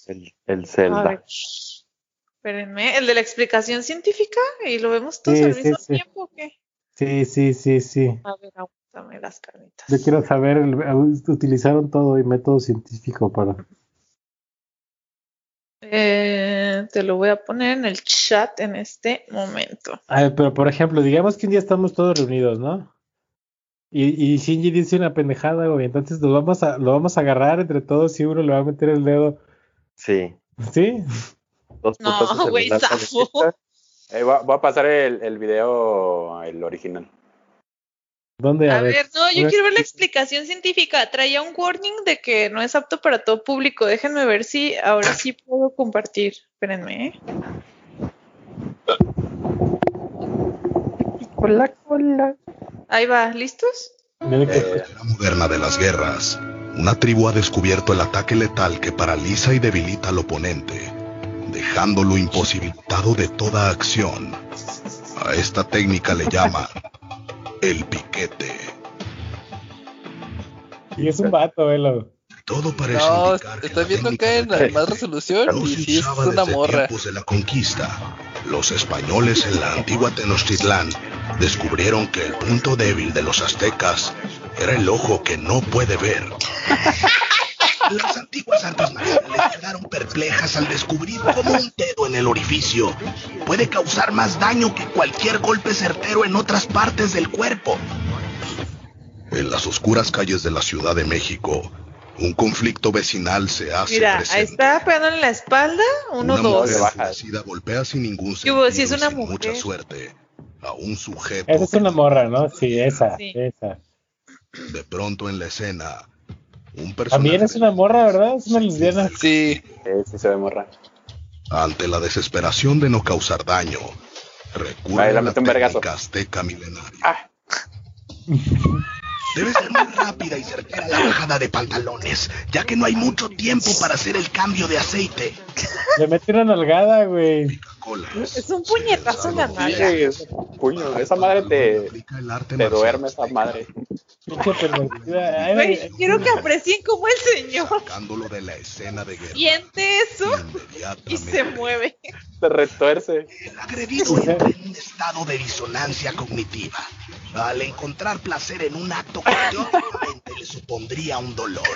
S2: El,
S1: A
S2: el
S1: ver.
S2: Zelda.
S1: Espérenme, el de la explicación científica y lo vemos todos
S3: Sí,
S1: al
S3: sí,
S1: mismo
S3: sí.
S1: tiempo. ¿o qué?
S3: Sí, sí, sí, sí.
S1: A ver, aguántame las carnitas.
S3: Yo quiero saber, el- utilizaron todo el método científico para.
S1: Eh, te lo voy a poner en el chat en este momento.
S3: A ver, Ah, pero por ejemplo, digamos que un día estamos todos reunidos, ¿no? Y, y Shinji dice una pendejada, güey. Entonces nos vamos a, lo vamos a agarrar entre todos y uno le va a meter el dedo.
S2: Sí.
S3: ¿Sí?
S2: Dos
S1: No,
S2: putazos en
S1: güey,
S2: el alta
S1: zafo.
S2: mesita.
S4: Eh, voy, a, voy a pasar el, el video, el original.
S3: ¿Dónde?
S1: A ver, no, yo
S3: una-
S1: quiero ver la explicación científica. Traía un warning de que no es apto para todo público. Déjenme ver si ahora sí puedo compartir. Espérenme. ¿eh?
S2: Hola, hola.
S1: Ahí va, ¿listos?
S3: Mira que-
S4: Eh,
S6: era moderna de las guerras, una tribu ha descubierto el ataque letal que paraliza y debilita al oponente, dejándolo imposibilitado de toda acción. A esta técnica le llaman el piquete.
S3: y es un vato, velo.
S6: Todo parece
S5: No,
S6: indicar que
S5: estoy
S6: la
S5: viendo
S6: técnica
S5: acá en
S6: del
S5: la más
S6: piquete
S5: resolución
S6: no
S5: y
S6: se
S5: sí es
S6: usaba
S5: una
S6: desde
S5: morra.
S6: tiempos de la conquista. Los españoles en la antigua Tenochtitlán descubrieron que el punto débil de los aztecas era el ojo que no puede ver. Las antiguas artes marciales quedaron perplejas al descubrir cómo un dedo en el orificio puede causar más daño que cualquier golpe certero en otras partes del cuerpo. En las oscuras calles de la Ciudad de México, un conflicto vecinal se hace
S1: Mira, ahí
S6: presente.
S1: está pegándole en la espalda. Uno,
S6: Ah, Una
S1: dos.
S6: mujer
S4: Baja.
S6: enfurecida golpea sin ningún
S1: ¿Qué hubo?
S6: sentido
S1: Si es
S6: y
S1: una
S6: sin
S1: mujer.
S6: mucha suerte a un sujeto.
S3: Esa es una morra, ¿no? Sí, esa,
S1: Sí.
S3: esa.
S6: De pronto en la escena, un personaje
S3: También es una morra, ¿verdad? Es una lesbiana.
S5: Sí,
S4: eh, sí se ve morra.
S6: ante la desesperación de no causar daño, recurre
S4: Ahí la
S6: a la
S4: mete un vergazo.
S6: técnica azteca milenaria.
S4: Ah.
S6: Debe ser muy rápida y certera la bajada de pantalones, ya que no hay mucho tiempo para hacer el cambio de aceite.
S3: Le metí una nalgada, güey.
S6: Colas.
S1: Es un puñetazo
S6: Se les
S1: en la
S6: algo
S1: nalga.
S6: bien.
S4: Sí, es un puño. Esa madre te,
S6: Aplica el
S4: te
S6: arte marcial
S4: duerme, esa
S6: azteca,
S4: madre.
S3: Pinche pervertida. Ay,
S1: Güey,
S3: güey.
S1: quiero que aprecien cómo el señor
S6: sacándolo de la escena de guerra.
S1: siente eso
S6: Inmediatamente.
S1: y se mueve.
S4: Te retuerce.
S6: El agredido entra en un estado de disonancia cognitiva. Al encontrar placer en un acto que teóricamente le supondría un dolor.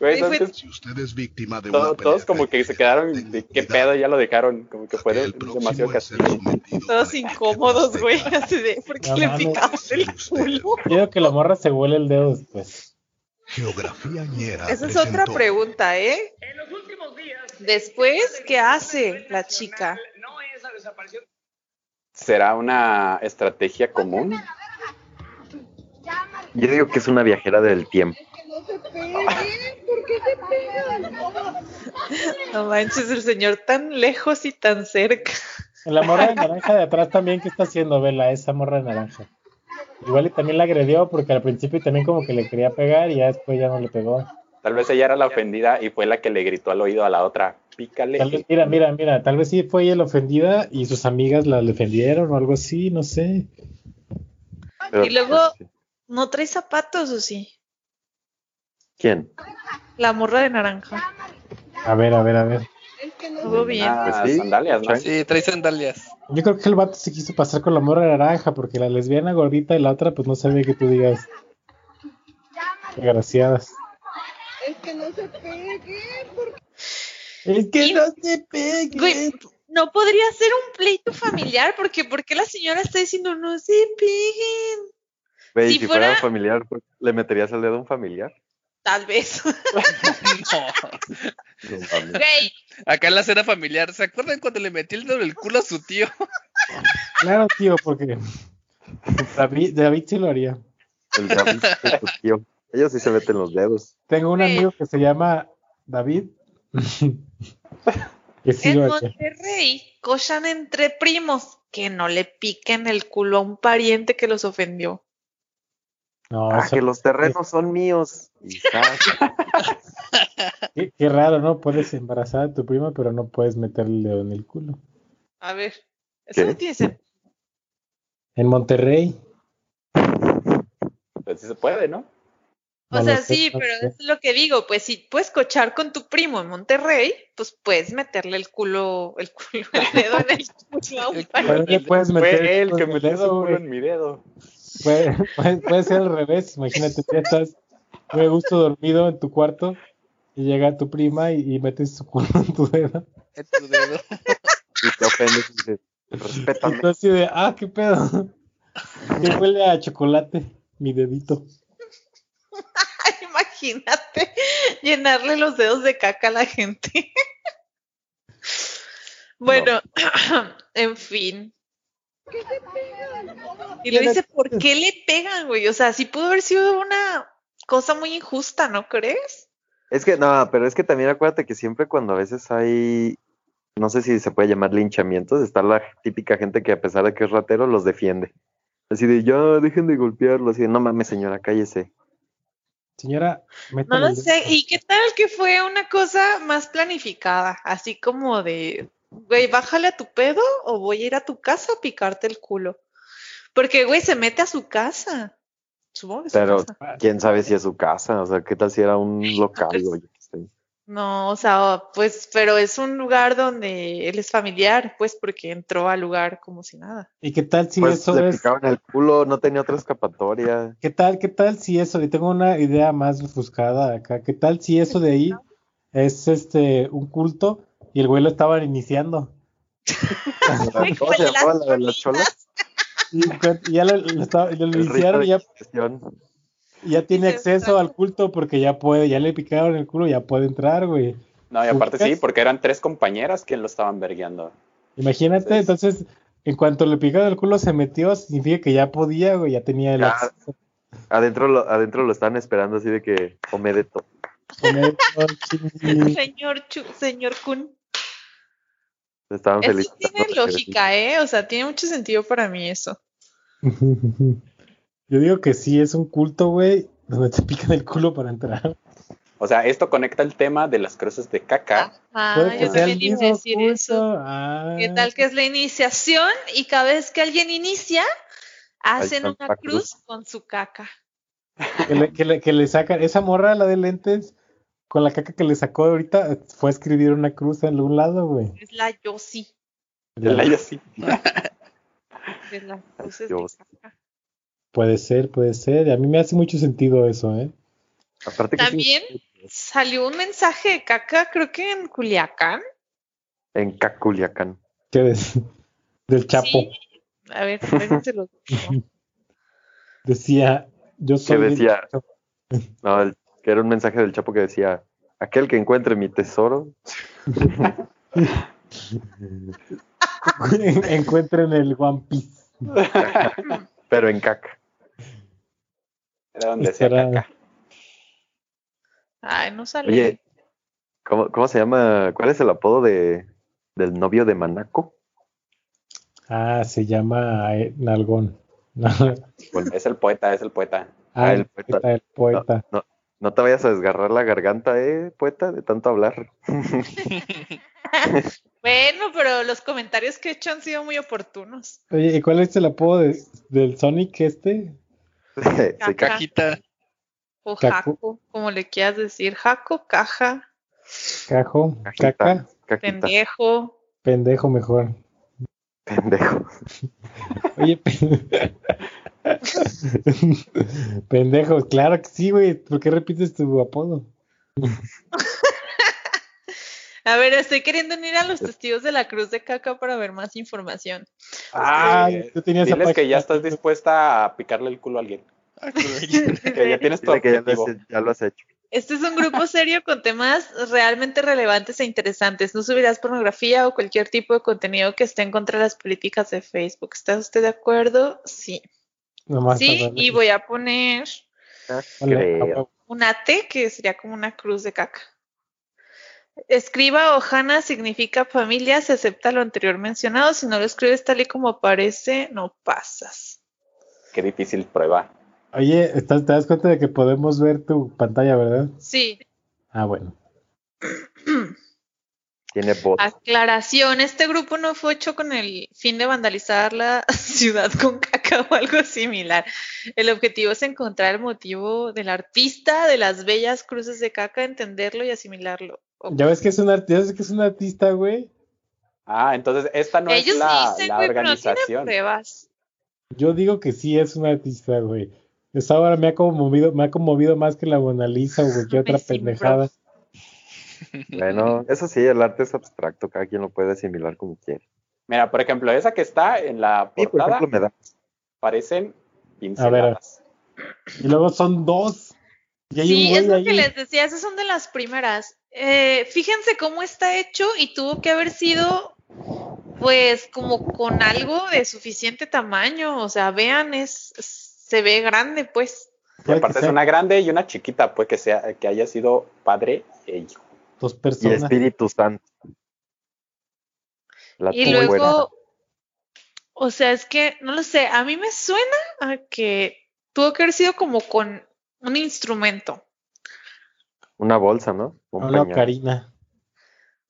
S4: Güey,
S1: Sí, fue-
S4: entonces,
S6: Si usted es víctima de
S4: todo-
S6: una pelea
S4: todos como que se quedaron de qué pedo, ya lo dejaron. Como que fue
S6: el próximo
S4: demasiado
S6: es ser
S4: castigo.
S6: sometido
S1: Todos
S6: por el
S1: incómodos,
S6: azteca.
S1: güey. Así de, ¿por qué
S3: No
S1: le
S3: mames.
S1: picamos el culo?
S3: Quiero que la morra se huele el dedo después.
S6: Geografía ñera.
S1: Esa es
S6: presentó
S1: otra pregunta, ¿eh? Después, ¿qué hace la chica?
S4: ¿Será una estrategia común?
S2: Yo digo que es una viajera del tiempo.
S1: No manches, el señor tan lejos y tan cerca.
S3: La morra de naranja de atrás también, ¿qué está haciendo, Vela? Esa morra de naranja. Igual y también la agredió porque al principio también como que le quería pegar y ya después ya no le pegó.
S4: Tal vez ella era la ofendida y fue la que le gritó al oído a la otra. Pícale.
S3: Tal vez- mira, mira, mira, tal vez sí fue ella la ofendida y sus amigas la defendieron o algo así, no sé.
S2: Pero- este,
S1: Y luego- ¿No trae zapatos o sí?
S2: ¿Quién?
S1: La morra de naranja.
S3: A ver, a ver, a ver.
S1: Estuvo bien.
S4: Ah,
S2: Pues sí.
S4: sandalias, ¿no?
S5: Sí, trae sandalias.
S3: Yo creo que el vato se quiso pasar con la morra naranja porque la lesbiana gordita y la otra pues no se ve que tú digas. Desgraciadas. Es que no se peguen. Es que
S1: Güey,
S3: no se peguen.
S1: no podría ser un pleito familiar porque ¿por qué la señora está diciendo no se peguen?
S2: Güey,
S1: Si
S2: si, fuera...
S1: fuera-
S2: un familiar, pues, ¿le meterías el dedo a un familiar?
S1: Tal vez.
S5: No.
S2: No mames.
S1: Güey,
S5: Acá en la cena familiar, ¿se acuerdan cuando le metí el dedo en el culo a su tío?
S3: Claro, tío, porque David, David sí lo haría.
S2: El David es tu tío. Ellos sí se meten los dedos.
S3: Tengo un
S4: Pues
S1: Güey.
S3: amigo que se llama David. que sí
S1: en
S3: lo haría.
S1: Monterrey cochan entre primos que no le piquen el culo a un pariente que los ofendió.
S3: No,
S2: Ah,
S3: eso-
S2: que los terrenos son míos. Y estás-
S3: qué, qué raro, ¿no? Puedes embarazar a tu prima, pero no puedes meterle el dedo en el culo.
S1: A ver, eso
S2: ¿Qué?
S1: no tiene sentido.
S3: En Monterrey.
S4: Pues sí se puede, ¿no?
S1: O
S3: no
S1: sea,
S3: lo sé,
S1: sí,
S3: no
S1: pero
S3: sé.
S1: es lo que digo, pues si puedes cochar con tu primo en Monterrey, pues puedes meterle el culo, el culo, el dedo en el culo a un
S5: El culo.
S1: pariente.
S3: Pero le puedes meter
S4: Fue él que
S3: el
S4: me
S3: dedo,
S4: puso el culo
S3: güey.
S4: en mi dedo.
S3: Puede, puede- puede ser al revés, imagínate, ya estás muy a gusto dormido en tu cuarto y llega tu prima y, y metes su culo en tu dedo.
S5: En tu dedo.
S2: y te ofendes y dices, respétame.
S3: Y tú así de, ah, qué pedo. Que huele a chocolate, mi dedito.
S1: Imagínate llenarle los dedos de caca a la gente. Bueno, en fin. Y le dice, ¿por qué le pegan, güey? O sea, sí pudo haber sido una cosa muy injusta, ¿no crees?
S2: Es que, no, pero es que también acuérdate que siempre cuando a veces hay, no sé si se puede llamar linchamientos, está la típica gente que a pesar de que es ratero, los defiende. Así de, ya, dejen de golpearlo. Así de, no mames, señora, cállese.
S3: Señora,
S1: No
S3: métale
S1: lo
S3: el dedo.
S1: sé. ¿Y qué tal que fue una cosa más planificada? Así como de, güey, bájale a tu pedo o voy a ir a tu casa a picarte el culo. Porque, güey, se mete a su casa. Supongo que es su
S2: Pero-
S1: casa.
S2: Quién sabe si es su casa, o sea, qué tal si era un local
S1: pues-
S2: o yo qué sé.
S1: No, o sea, pues, pero es un lugar donde él es familiar, pues, porque entró al lugar como si nada.
S3: ¿Y qué tal si
S2: Pues
S3: eso
S2: le
S3: es?
S2: picaban el culo, no tenía otra escapatoria.
S3: ¿Qué tal, qué tal si eso? Y tengo una idea más ofuscada acá. ¿Qué tal si eso de ahí es este un culto y el güey lo estaban iniciando?
S2: ¿Cómo se llamaba la de las cholas?
S3: Y, cu- y ya lo, lo estaba- lo
S2: El rito
S3: iniciaron
S2: de
S3: y ya
S2: iniciación.
S3: Y ya tiene
S1: se
S3: acceso
S1: extraña.
S3: al culto porque ya puede, ya le picaron el culo, ya puede entrar, güey.
S4: No, y aparte sí,
S3: ¿Ubicas?
S4: porque eran tres compañeras quien lo estaban vergueando.
S3: Imagínate,
S4: Sí.
S3: entonces, en cuanto le picaron el culo se metió, significa que ya podía, güey, ya tenía el
S2: Ya.
S3: acceso.
S2: Adentro lo, adentro lo estaban esperando así de que omedeto.
S3: Con el- no, chingui.
S1: Señor Chu, señor Kun.
S2: Estaban
S1: Eso
S2: felices.
S1: tiene lógica, ¿eh? O sea, tiene mucho sentido para mí eso.
S3: Yo digo que sí, es un culto, güey, donde te pican el culo para entrar.
S4: O sea, esto conecta el tema de las cruces de caca.
S1: Ah,
S3: Puede que
S1: yo
S3: sea el
S1: también iba a
S3: mismo
S1: decir eso.
S3: curso. Ah,
S1: ¿Qué tal que es la iniciación? Y cada vez que alguien inicia, hacen
S2: Ahí está
S1: una
S2: la
S1: cruz
S2: cruz.
S1: con su caca.
S3: Que le, que, le, que le sacan, esa morra, la de lentes, con la caca que le sacó ahorita, fue a escribir una cruz en algún lado, güey.
S1: Es la Yossi ¿eh?
S4: El año sí.
S1: de las cruces
S2: Yossi.
S1: de caca.
S3: Puede ser, puede ser. A mí me hace mucho sentido eso, ¿eh?
S2: Aparte que sí,
S1: También salió un mensaje de caca, creo que en Culiacán.
S2: en Caculiacán.
S3: ¿Qué des- Del Chapo.
S1: Sí. A ver, a ver si se los
S3: Decía, yo soy.
S2: Que
S3: del
S2: decía-
S3: Chapo.
S2: No, el- que era un mensaje del Chapo que decía, aquel que encuentre mi tesoro,
S3: Encuentren el One Piece.
S2: pero en caca.
S4: Era donde decía
S3: Estará-
S4: caca.
S1: Ay, no salió.
S2: Oye, ¿cómo, cómo se llama? ¿Cuál es el apodo de, del novio de Manaco?
S3: Ah, se llama eh, Nalgón. No,
S4: Es el poeta, es el poeta.
S3: ah,
S2: el
S3: el
S2: poeta.
S3: poeta, el poeta.
S2: No te vayas a desgarrar la garganta, eh, poeta, de tanto hablar.
S1: Bueno, pero los comentarios que he hecho han sido muy oportunos.
S3: Oye, ¿y cuál es el apodo de- del Sonic este?
S2: Se
S1: Caca.
S2: caca.
S5: Cajita.
S1: O
S3: Caco.
S1: jaco, como le quieras decir. Jaco, caja,
S3: Cajo,
S2: Cajita.
S3: caca,
S2: Caquita,
S1: pendejo.
S3: pendejo mejor.
S2: pendejo.
S3: Oye, pen- pendejo, claro que sí, güey. ¿Por qué repites tu apodo?
S1: A ver, estoy queriendo unir a los testigos de la Cruz de Caca para ver más información.
S4: Ah,
S3: Ay, tú tenías esa
S4: Diles que
S3: página.
S4: ya estás dispuesta a picarle el culo a alguien.
S5: Ah, caray.
S4: Que ya tienes tu
S2: Dile que ya lo,
S4: objetivo.
S2: has, ya lo has hecho.
S1: Este es un grupo serio con temas realmente relevantes e interesantes. No subirás pornografía o cualquier tipo de contenido que esté en contra de las políticas de Facebook. ¿Está usted de acuerdo? Sí.
S3: Nomás
S1: Sí,
S3: para-
S1: y voy a poner
S3: Hola,
S2: Creo.
S3: papá.
S1: una T, que sería como una cruz de caca. Escriba Ojana significa familia, se acepta lo anterior mencionado. Si no lo escribes tal y como aparece, no pasas.
S4: Qué difícil prueba.
S3: Oye, ¿estás, ¿te das cuenta de que podemos ver tu pantalla, verdad?
S1: Sí.
S3: Ah, bueno.
S2: Tiene voz.
S1: Aclaración, este grupo no fue hecho con el fin de vandalizar la ciudad con caca o algo similar. El objetivo es encontrar el motivo del artista de las bellas cruces de caca, entenderlo y asimilarlo. Ok.
S3: Ya ves que es un, art- ya ves que es un artista, güey.
S4: Ah, entonces esta no
S1: Ellos
S4: es la,
S1: dicen,
S4: la
S1: güey, pero no tienen
S4: organización.
S1: pruebas.
S3: Yo digo que sí es un artista, güey. Esa obra me ha conmovido, me ha conmovido más que la Mona Lisa o cualquier otra
S1: Amazing, bro.
S3: pendejada.
S2: Bueno, eso sí, el arte es abstracto, cada quien lo puede asimilar como quiere.
S4: Mira, por ejemplo, esa que está en la
S3: pues,
S2: Y por
S4: portada
S2: ejemplo, me da.
S4: parecen pinceladas.
S3: Y luego son dos. Y hay un
S1: Sí,
S3: güey
S1: es lo
S3: ahí.
S1: que les decía, esas son de las primeras. Eh, fíjense cómo está hecho y tuvo que haber sido, pues, como con algo de suficiente tamaño. O sea, vean, es, se ve grande, pues.
S4: Y
S3: Puede que
S4: aparte es
S3: sean
S4: una grande y una chiquita, pues que sea que haya sido padre e hijo.
S3: dos
S2: Y
S3: personas.
S2: Espíritu Santo. La
S1: Y
S2: tuvo buena.
S1: luego, o sea, es que, no lo sé, a mí me suena a que tuvo que haber sido como con un instrumento.
S2: Una bolsa, ¿no? Un
S3: Una
S2: pañal.
S3: ocarina,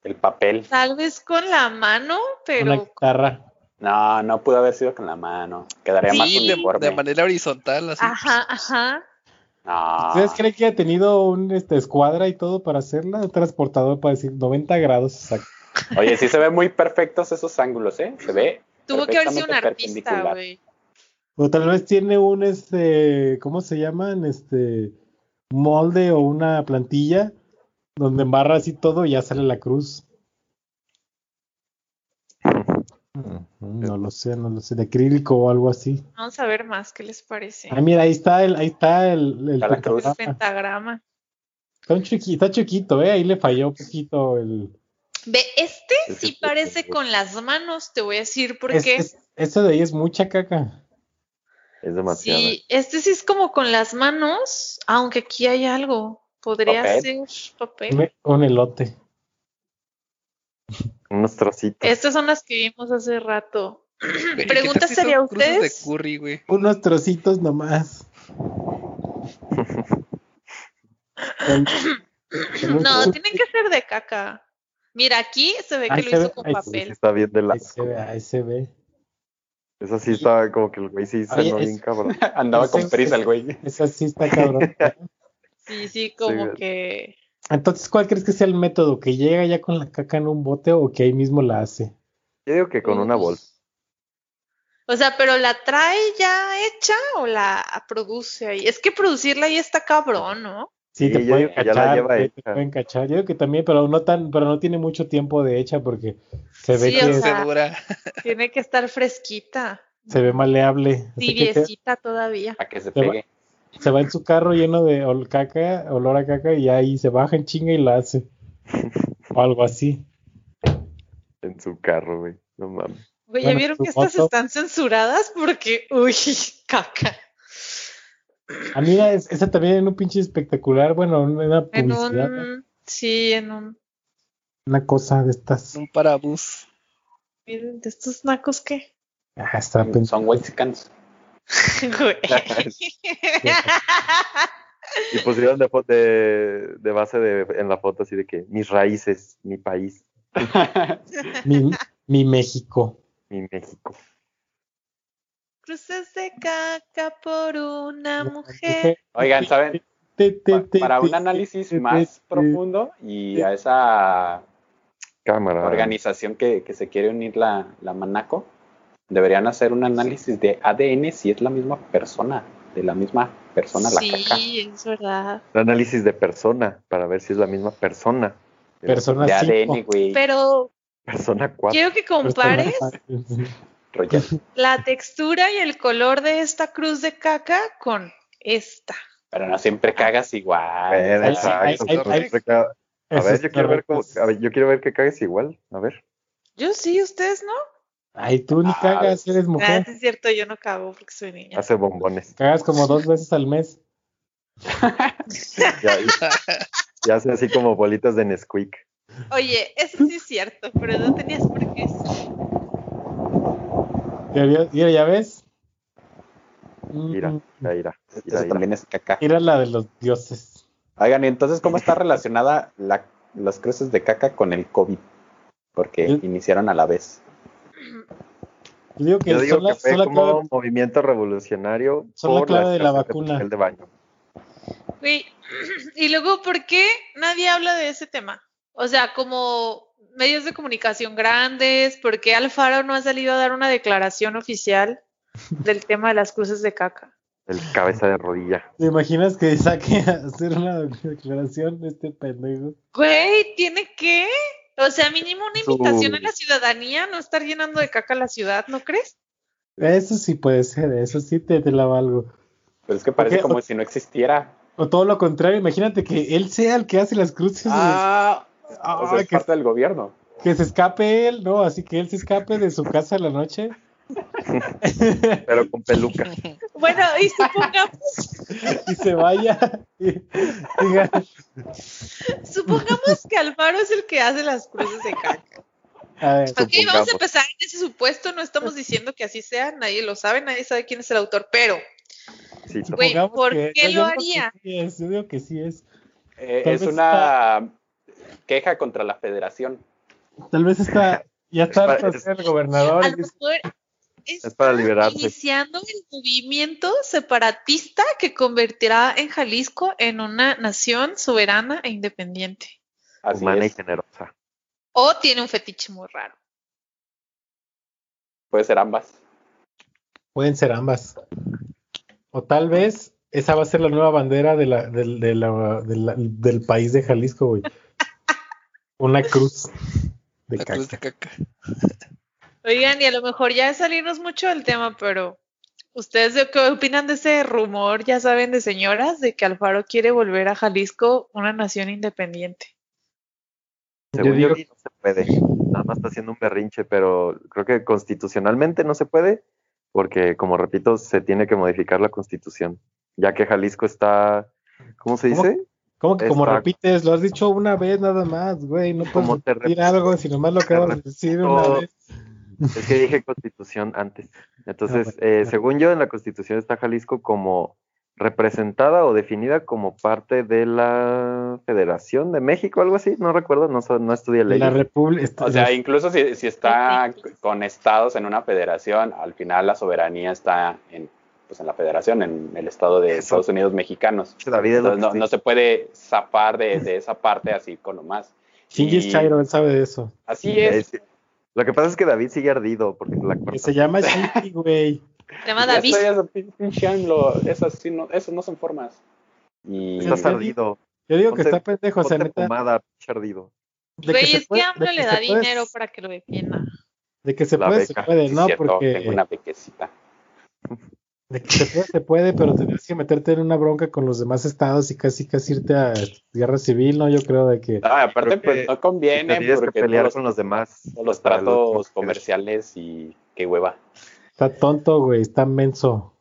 S4: El papel.
S1: Tal vez con la mano,
S3: una
S1: pero
S3: guitarra.
S4: No, no pudo haber sido con la mano. Quedaría más
S5: Sí, de,
S4: uniforme.
S5: de manera horizontal, así.
S1: ajá, ajá.
S4: No.
S3: ¿Ustedes creen que ha tenido un este, escuadra y todo para hacerla? Un transportador para decir 90 grados exacto.
S4: Oye, sí se ven muy perfectos esos ángulos, ¿eh? Se ve.
S1: Tuvo que haber sido un
S4: perfectamente
S1: artista,
S4: perpendicular.
S1: güey.
S3: O tal vez tiene un, este, ¿cómo se llaman? Este, molde o una plantilla donde embarra así todo y ya sale la cruz. Mm, No lo sé, no lo sé, de acrílico o algo así.
S1: Vamos a ver más, ¿qué les parece?
S3: Ah, mira, ahí está el, ahí está el, el
S4: Está la cruz.
S1: El
S3: pentagrama.
S1: pentagrama.
S3: Está un chiqui- está chiquito, eh, ahí le falló un poquito el,
S1: Ve, este
S2: Es que
S1: sí
S2: está
S1: parece
S2: bien.
S1: con las manos, te voy a decir por
S3: es-
S1: qué.
S3: Este es- eso de ahí es mucha caca.
S2: Es demasiado.
S1: Sí, este sí es como con las manos, aunque aquí hay algo. Podría
S4: Papel.
S1: ser papel.
S3: Un, un elote.
S2: Unos trocitos.
S1: Estas son las que vimos hace rato.
S5: Güey,
S1: Pregunta
S5: ¿qué tal si
S1: sería,
S5: son cruces
S1: ¿ustedes?
S5: de curry, güey.
S3: Unos trocitos nomás. Con-
S1: No, tienen que ser de caca. Mira, aquí se ve que
S3: Ahí
S1: lo
S3: se
S1: hizo
S3: ve,
S1: con
S3: ahí
S2: Sí,
S3: se
S2: sí
S1: papel.
S2: está bien de la.
S3: Ahí se ve, ahí se ve.
S2: Eso sí está como que el güey sí sanó
S3: Oye, es-
S2: bien cabrón.
S4: Andaba
S3: Sí,
S4: con
S3: sí.
S4: prisa el güey.
S3: Esa sí está cabrón.
S1: Sí, sí, como
S2: güey.
S1: que.
S3: Entonces, ¿cuál crees que sea el método? ¿Que llega ya con la caca en un bote o que ahí mismo la hace?
S2: Yo digo que con una bolsa.
S1: O sea, pero la trae ya hecha o la produce ahí. Es que producirla ahí está cabrón, ¿no?
S3: Sí,
S2: Sí,
S3: te
S2: yo
S3: pueden
S2: digo que ya la
S3: cachar,
S2: lleva
S3: te- te
S2: hecha.
S3: pueden cachar. Yo digo que también, pero no tan, pero no tiene mucho tiempo de hecha porque se ve
S1: Sí,
S3: que
S1: o sea,
S5: Se dura.
S1: Tiene que estar fresquita,
S3: se ve maleable. Así que se,
S1: tibiecita todavía.
S4: Para que se
S3: Te va-
S4: pegue.
S3: se va en su carro lleno de ol- caca, olor a caca y ahí se baja en chinga y la hace. O algo así.
S2: En su carro, güey. No mames.
S1: Güey, ¿ya
S3: Bueno,
S1: vieron
S3: su
S1: que estas
S3: foto.
S1: están censuradas? Porque, uy, caca.
S3: A mí la- Ah, es- esa también en un pinche espectacular, bueno, en una
S1: En
S3: publicidad,
S1: un. Sí, en un.
S3: una cosa de estas.
S5: Un parabús.
S1: miren, ¿De estos nacos qué?
S3: Ah, está pensando.
S4: Son Mexicans.
S1: Güey.
S2: Y pusieron de, fo- de, de base de, en la foto así de que mis raíces, mi país,
S3: Mi, mi México.
S2: mi México.
S1: Cruces de caca por una mujer.
S3: Mujer.
S4: Oigan, ¿saben?
S3: Te, te,
S4: Pa-
S3: te,
S4: Para
S3: te,
S4: un análisis
S3: te, te,
S4: más
S3: te.
S4: profundo y a esa
S2: Cámara.
S4: organización que, que se quiere unir la, la Manaco, deberían hacer un análisis de ADN si es la misma persona, de la misma persona la caca.
S1: Sí, es verdad.
S2: Un análisis de persona para ver si es la misma persona.
S3: Persona
S4: De
S3: cinco.
S4: ADN, güey.
S1: Pero
S2: Persona 4.
S1: quiero que compares
S4: Roger.
S1: la textura y el color de esta cruz de caca con esta.
S4: Pero no siempre cagas igual. o sea,
S3: ahí-
S2: Exacto.
S3: ahí-
S2: correcto. A
S3: Esas
S2: ver, yo quiero ver, cómo,
S3: torretas.
S2: a ver, yo quiero ver que cagues igual. A ver.
S1: Yo sí, ustedes no.
S3: Ay, tú ni
S4: Ah,
S3: cagas, eres
S1: Ah,
S3: mujer.
S1: sí es cierto, yo no cago porque soy niña.
S2: Hace bombones.
S3: Cagas como dos veces al mes.
S2: Ya, ya hace así como bolitas de Nesquik.
S1: Oye, eso sí es cierto, pero no tenías por qué.
S3: Teoría- Mira, ¿ya ves? Mm,
S2: Mira, mira, mira.
S4: Eso
S2: mira.
S4: también es caca.
S3: Mira la de los dioses.
S4: Oigan, y entonces, ¿cómo está relacionada la, las cruces de caca con el COVID? Porque
S3: ¿Sí?
S4: iniciaron a la vez.
S3: Yo digo que
S2: Yo digo
S3: son la,
S2: que fue
S3: son la
S2: como
S3: clave-
S2: un movimiento revolucionario
S3: son la
S2: por
S3: clave de la
S2: escasez
S3: vacuna.
S2: papel de baño.
S1: Güey, y luego, ¿por qué nadie habla de ese tema? O sea, como medios de comunicación grandes, ¿por qué Alfaro no ha salido a dar una declaración oficial del tema de las cruces de caca?
S2: El cabeza de rodilla.
S3: ¿Te imaginas que saque a hacer una declaración de este pendejo?
S1: Güey, ¿tiene que? O sea, mínimo una
S2: Su-
S1: invitación a la ciudadanía, no estar llenando de caca la ciudad, ¿no crees?
S3: Eso sí puede ser, eso sí te, te la valgo.
S4: Pero Pues es que parece
S3: Ok,
S4: como si no existiera.
S3: O todo lo contrario, imagínate que él sea el que hace las cruces,
S4: Ah,
S3: Ah,
S4: o sea, es
S3: que-
S4: parte del gobierno.
S3: que se escape él, ¿no? Así que él se escape de su casa en la noche.
S2: Pero con peluca.
S1: Bueno, y supongamos,
S3: y se vaya y diga,
S1: supongamos que Alfaro es el que hace las cruces de caca.
S3: a ver,
S1: Ok, vamos
S2: Supongamos.
S1: a empezar en ese supuesto. No estamos diciendo que así sea, nadie lo sabe, nadie sabe quién es el autor, pero
S2: Sí, to-
S1: Güey,
S3: supongamos
S1: ¿por
S3: que-
S1: qué
S3: yo
S1: lo
S3: digo que
S1: haría?
S3: sí es, yo digo que sí es.
S4: Eh,
S3: Tal
S4: es
S3: vez
S4: una queja contra la federación.
S3: Tal vez está, ya
S2: Es para-
S3: está para ser el gobernador.
S1: a
S3: y
S1: lo
S3: dice,
S1: mejor está
S2: para liberarse.
S1: iniciando el movimiento separatista que convertirá en Jalisco en una nación soberana e independiente.
S4: Así
S2: humana y
S4: es.
S2: generosa.
S1: O tiene un fetiche muy raro.
S4: Puede ser ambas.
S3: Pueden ser ambas. O tal vez esa va a ser la nueva bandera de la, del, de la- de la- del país de Jalisco, güey. Una cruz de
S5: La cruz de
S3: caca.
S5: caca.
S1: Oigan, y a lo mejor ya es salirnos mucho del tema, pero ¿ustedes de- qué opinan de ese rumor, ya saben, de señoras, de que Alfaro quiere volver a Jalisco una nación independiente?
S2: Según yo,
S3: digo-
S2: aquí no se puede. Nada más está haciendo un berrinche, pero creo que constitucionalmente no se puede, porque como repito, se tiene que modificar la constitución, ya que Jalisco está, ¿cómo se
S3: ¿Cómo?
S2: dice?
S3: ¿Cómo que como
S2: Está-
S3: repites? Lo has dicho una vez nada más, güey. No puedes
S2: Como te
S3: repetir
S2: repito,
S3: algo si nomás lo
S2: te
S3: acabas de decir una
S2: repito.
S3: vez.
S2: Oh, Es que dije constitución antes. Entonces,
S3: Ah, bueno,
S2: eh,
S3: claro.
S2: según yo, en la constitución está Jalisco como representada o definida como parte de la Federación de México, algo así, no recuerdo, no, so- no estudié ley.
S3: La República.
S4: O sea, incluso si, si está con estados en una federación, al final la soberanía está en, pues en la federación, en el estado de
S2: Eso.
S4: Estados Unidos mexicanos.
S2: David es lo
S4: Entonces, no,
S2: que
S4: no se puede zafar de, de esa parte así con lo más.
S3: Shinji es Chairo, él sabe de eso.
S4: Así es.
S2: Es- Lo que pasa es que David sigue ardido porque la
S3: Que
S2: corta.
S3: se llama Shinji, güey.
S1: Se llama
S4: Eso
S1: David.
S4: ya es pin- pinche AMLO, esas sí no, esas no son formas. Y
S2: Estás
S3: Entonces,
S2: ardido.
S3: Pues, Yo digo que
S2: Ponte-
S3: está pendejo, o sea,
S2: Ponte
S3: neta.
S2: pomada, pinche ardido.
S3: de
S1: Güey,
S3: se
S1: es que
S3: puede-
S1: AMLO
S3: de
S1: le
S3: se
S1: da
S3: puede-
S1: dinero para que lo defienda.
S3: De que se
S2: La
S3: puede, se
S2: beca,
S3: puede,
S4: sí,
S3: ¿no?
S4: cierto,
S3: Porque
S4: tengo una pequecita.
S3: de que se puede, se puede, pero tendrías que meterte en una bronca con los demás estados y casi casi irte a guerra civil, ¿no? Yo creo de que.
S4: Ah, aparte,
S2: Creo que
S4: pues no conviene
S2: Tienes que
S4: porque
S2: pelear
S4: todos
S2: con
S4: los,
S2: los demás.
S4: todos los
S2: para el último
S4: tratos
S2: que-
S4: comerciales y qué hueva.
S3: Está tonto, güey, está menso,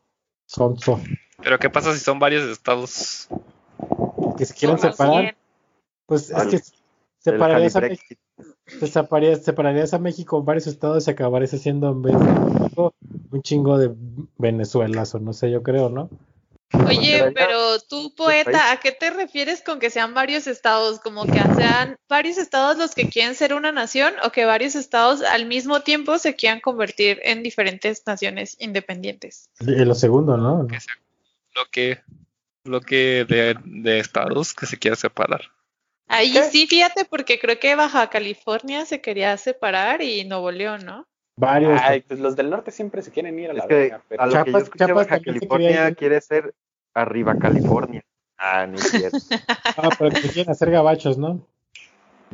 S3: sonso.
S7: Pero ¿qué pasa si son varios estados?
S3: Que se quieren
S1: Somos
S3: separar,
S1: cien.
S3: pues es
S2: Al-
S3: que
S2: el
S3: separarías a, Mex-
S2: Calibrexit.
S3: separarías, separarías a México en varios estados y acabarías haciendo en vez de México un chingo de Venezuelas o no sé, yo creo, ¿no?
S1: Oye, pero tú, poeta, ¿a qué te refieres con que sean varios estados? ¿Como que sean varios estados los que quieren ser una nación o que varios estados al mismo tiempo se quieran convertir en diferentes naciones independientes?
S3: Y lo segundo, ¿no?
S7: Que sea un bloque, bloque de, de estados que se quiera separar.
S1: Ahí
S4: ¿Qué?
S1: sí, fíjate, porque creo que Baja California se quería separar y Nuevo León, ¿no?
S3: Varios.
S4: Ay, pues los del norte siempre se quieren ir a la
S2: Es que
S4: verga,
S2: a
S4: pero- Ah,
S2: lo que yo
S3: Chiapas-
S2: escuché,
S3: Chiapas
S2: Baja
S3: también se quería
S2: California
S3: ir.
S2: quiere ser arriba California. Ah, ni cierto.
S3: Ah, pero te quieren hacer gabachos, ¿no?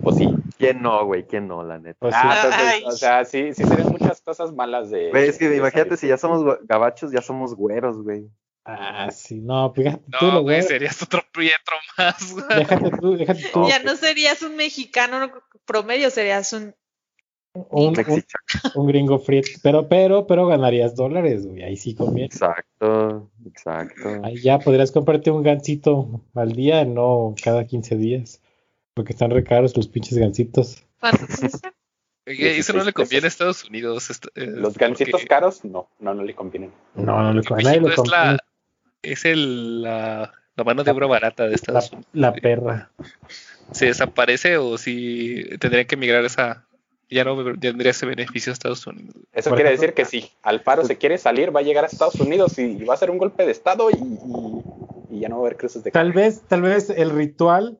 S4: Pues sí.
S2: ¿Quién no, güey? ¿Quién no, la neta?
S3: Pues sí.
S4: Ah, entonces,
S1: Ay.
S4: o sea, sí, sí serían muchas cosas malas de.
S2: Güey, es que
S4: de
S2: imagínate,
S4: salir.
S2: si ya somos gua- gabachos, ya somos güeros, güey.
S3: Ah, sí, no, fíjate tú,
S7: No,
S3: lo
S7: güey,
S3: güey.
S7: serías otro prietro más, güey.
S3: Déjate tú, déjate tú.
S2: No,
S1: Ya
S2: Ok.
S1: no serías un mexicano promedio, serías un...
S3: un, un-
S2: Mexicha,
S3: un gringo frito. Pero, pero, pero ganarías dólares, güey. Ahí sí conviene.
S2: Exacto, exacto.
S3: Ahí ya podrías comprarte un gancito al día, no cada 15 días. Porque están re caros los pinches gancitos.
S1: ¿Cuántos cuestan?
S7: Oye, eso no le
S4: 16
S7: conviene a Estados Unidos. est- eh,
S4: Los gancitos
S7: porque-
S4: caros, no, no, no le convienen.
S3: No, no le
S7: porque
S3: a nadie
S7: México
S3: le
S7: es la,
S3: conviene
S7: es el, la, la mano de obra barata de
S3: la,
S7: Estados Unidos.
S3: la perra.
S7: ¿Se desaparece o si tendrían que emigrar esa... Ya no tendría ese beneficio a Estados Unidos.
S4: Eso
S3: Por
S4: quiere
S3: ejemplo,
S4: decir que si Alfaro se quiere salir, va a llegar a Estados Unidos y, y va a ser un golpe de Estado y, y- y ya no va a haber cruces de
S3: Tal
S4: caja.
S3: vez, tal vez el ritual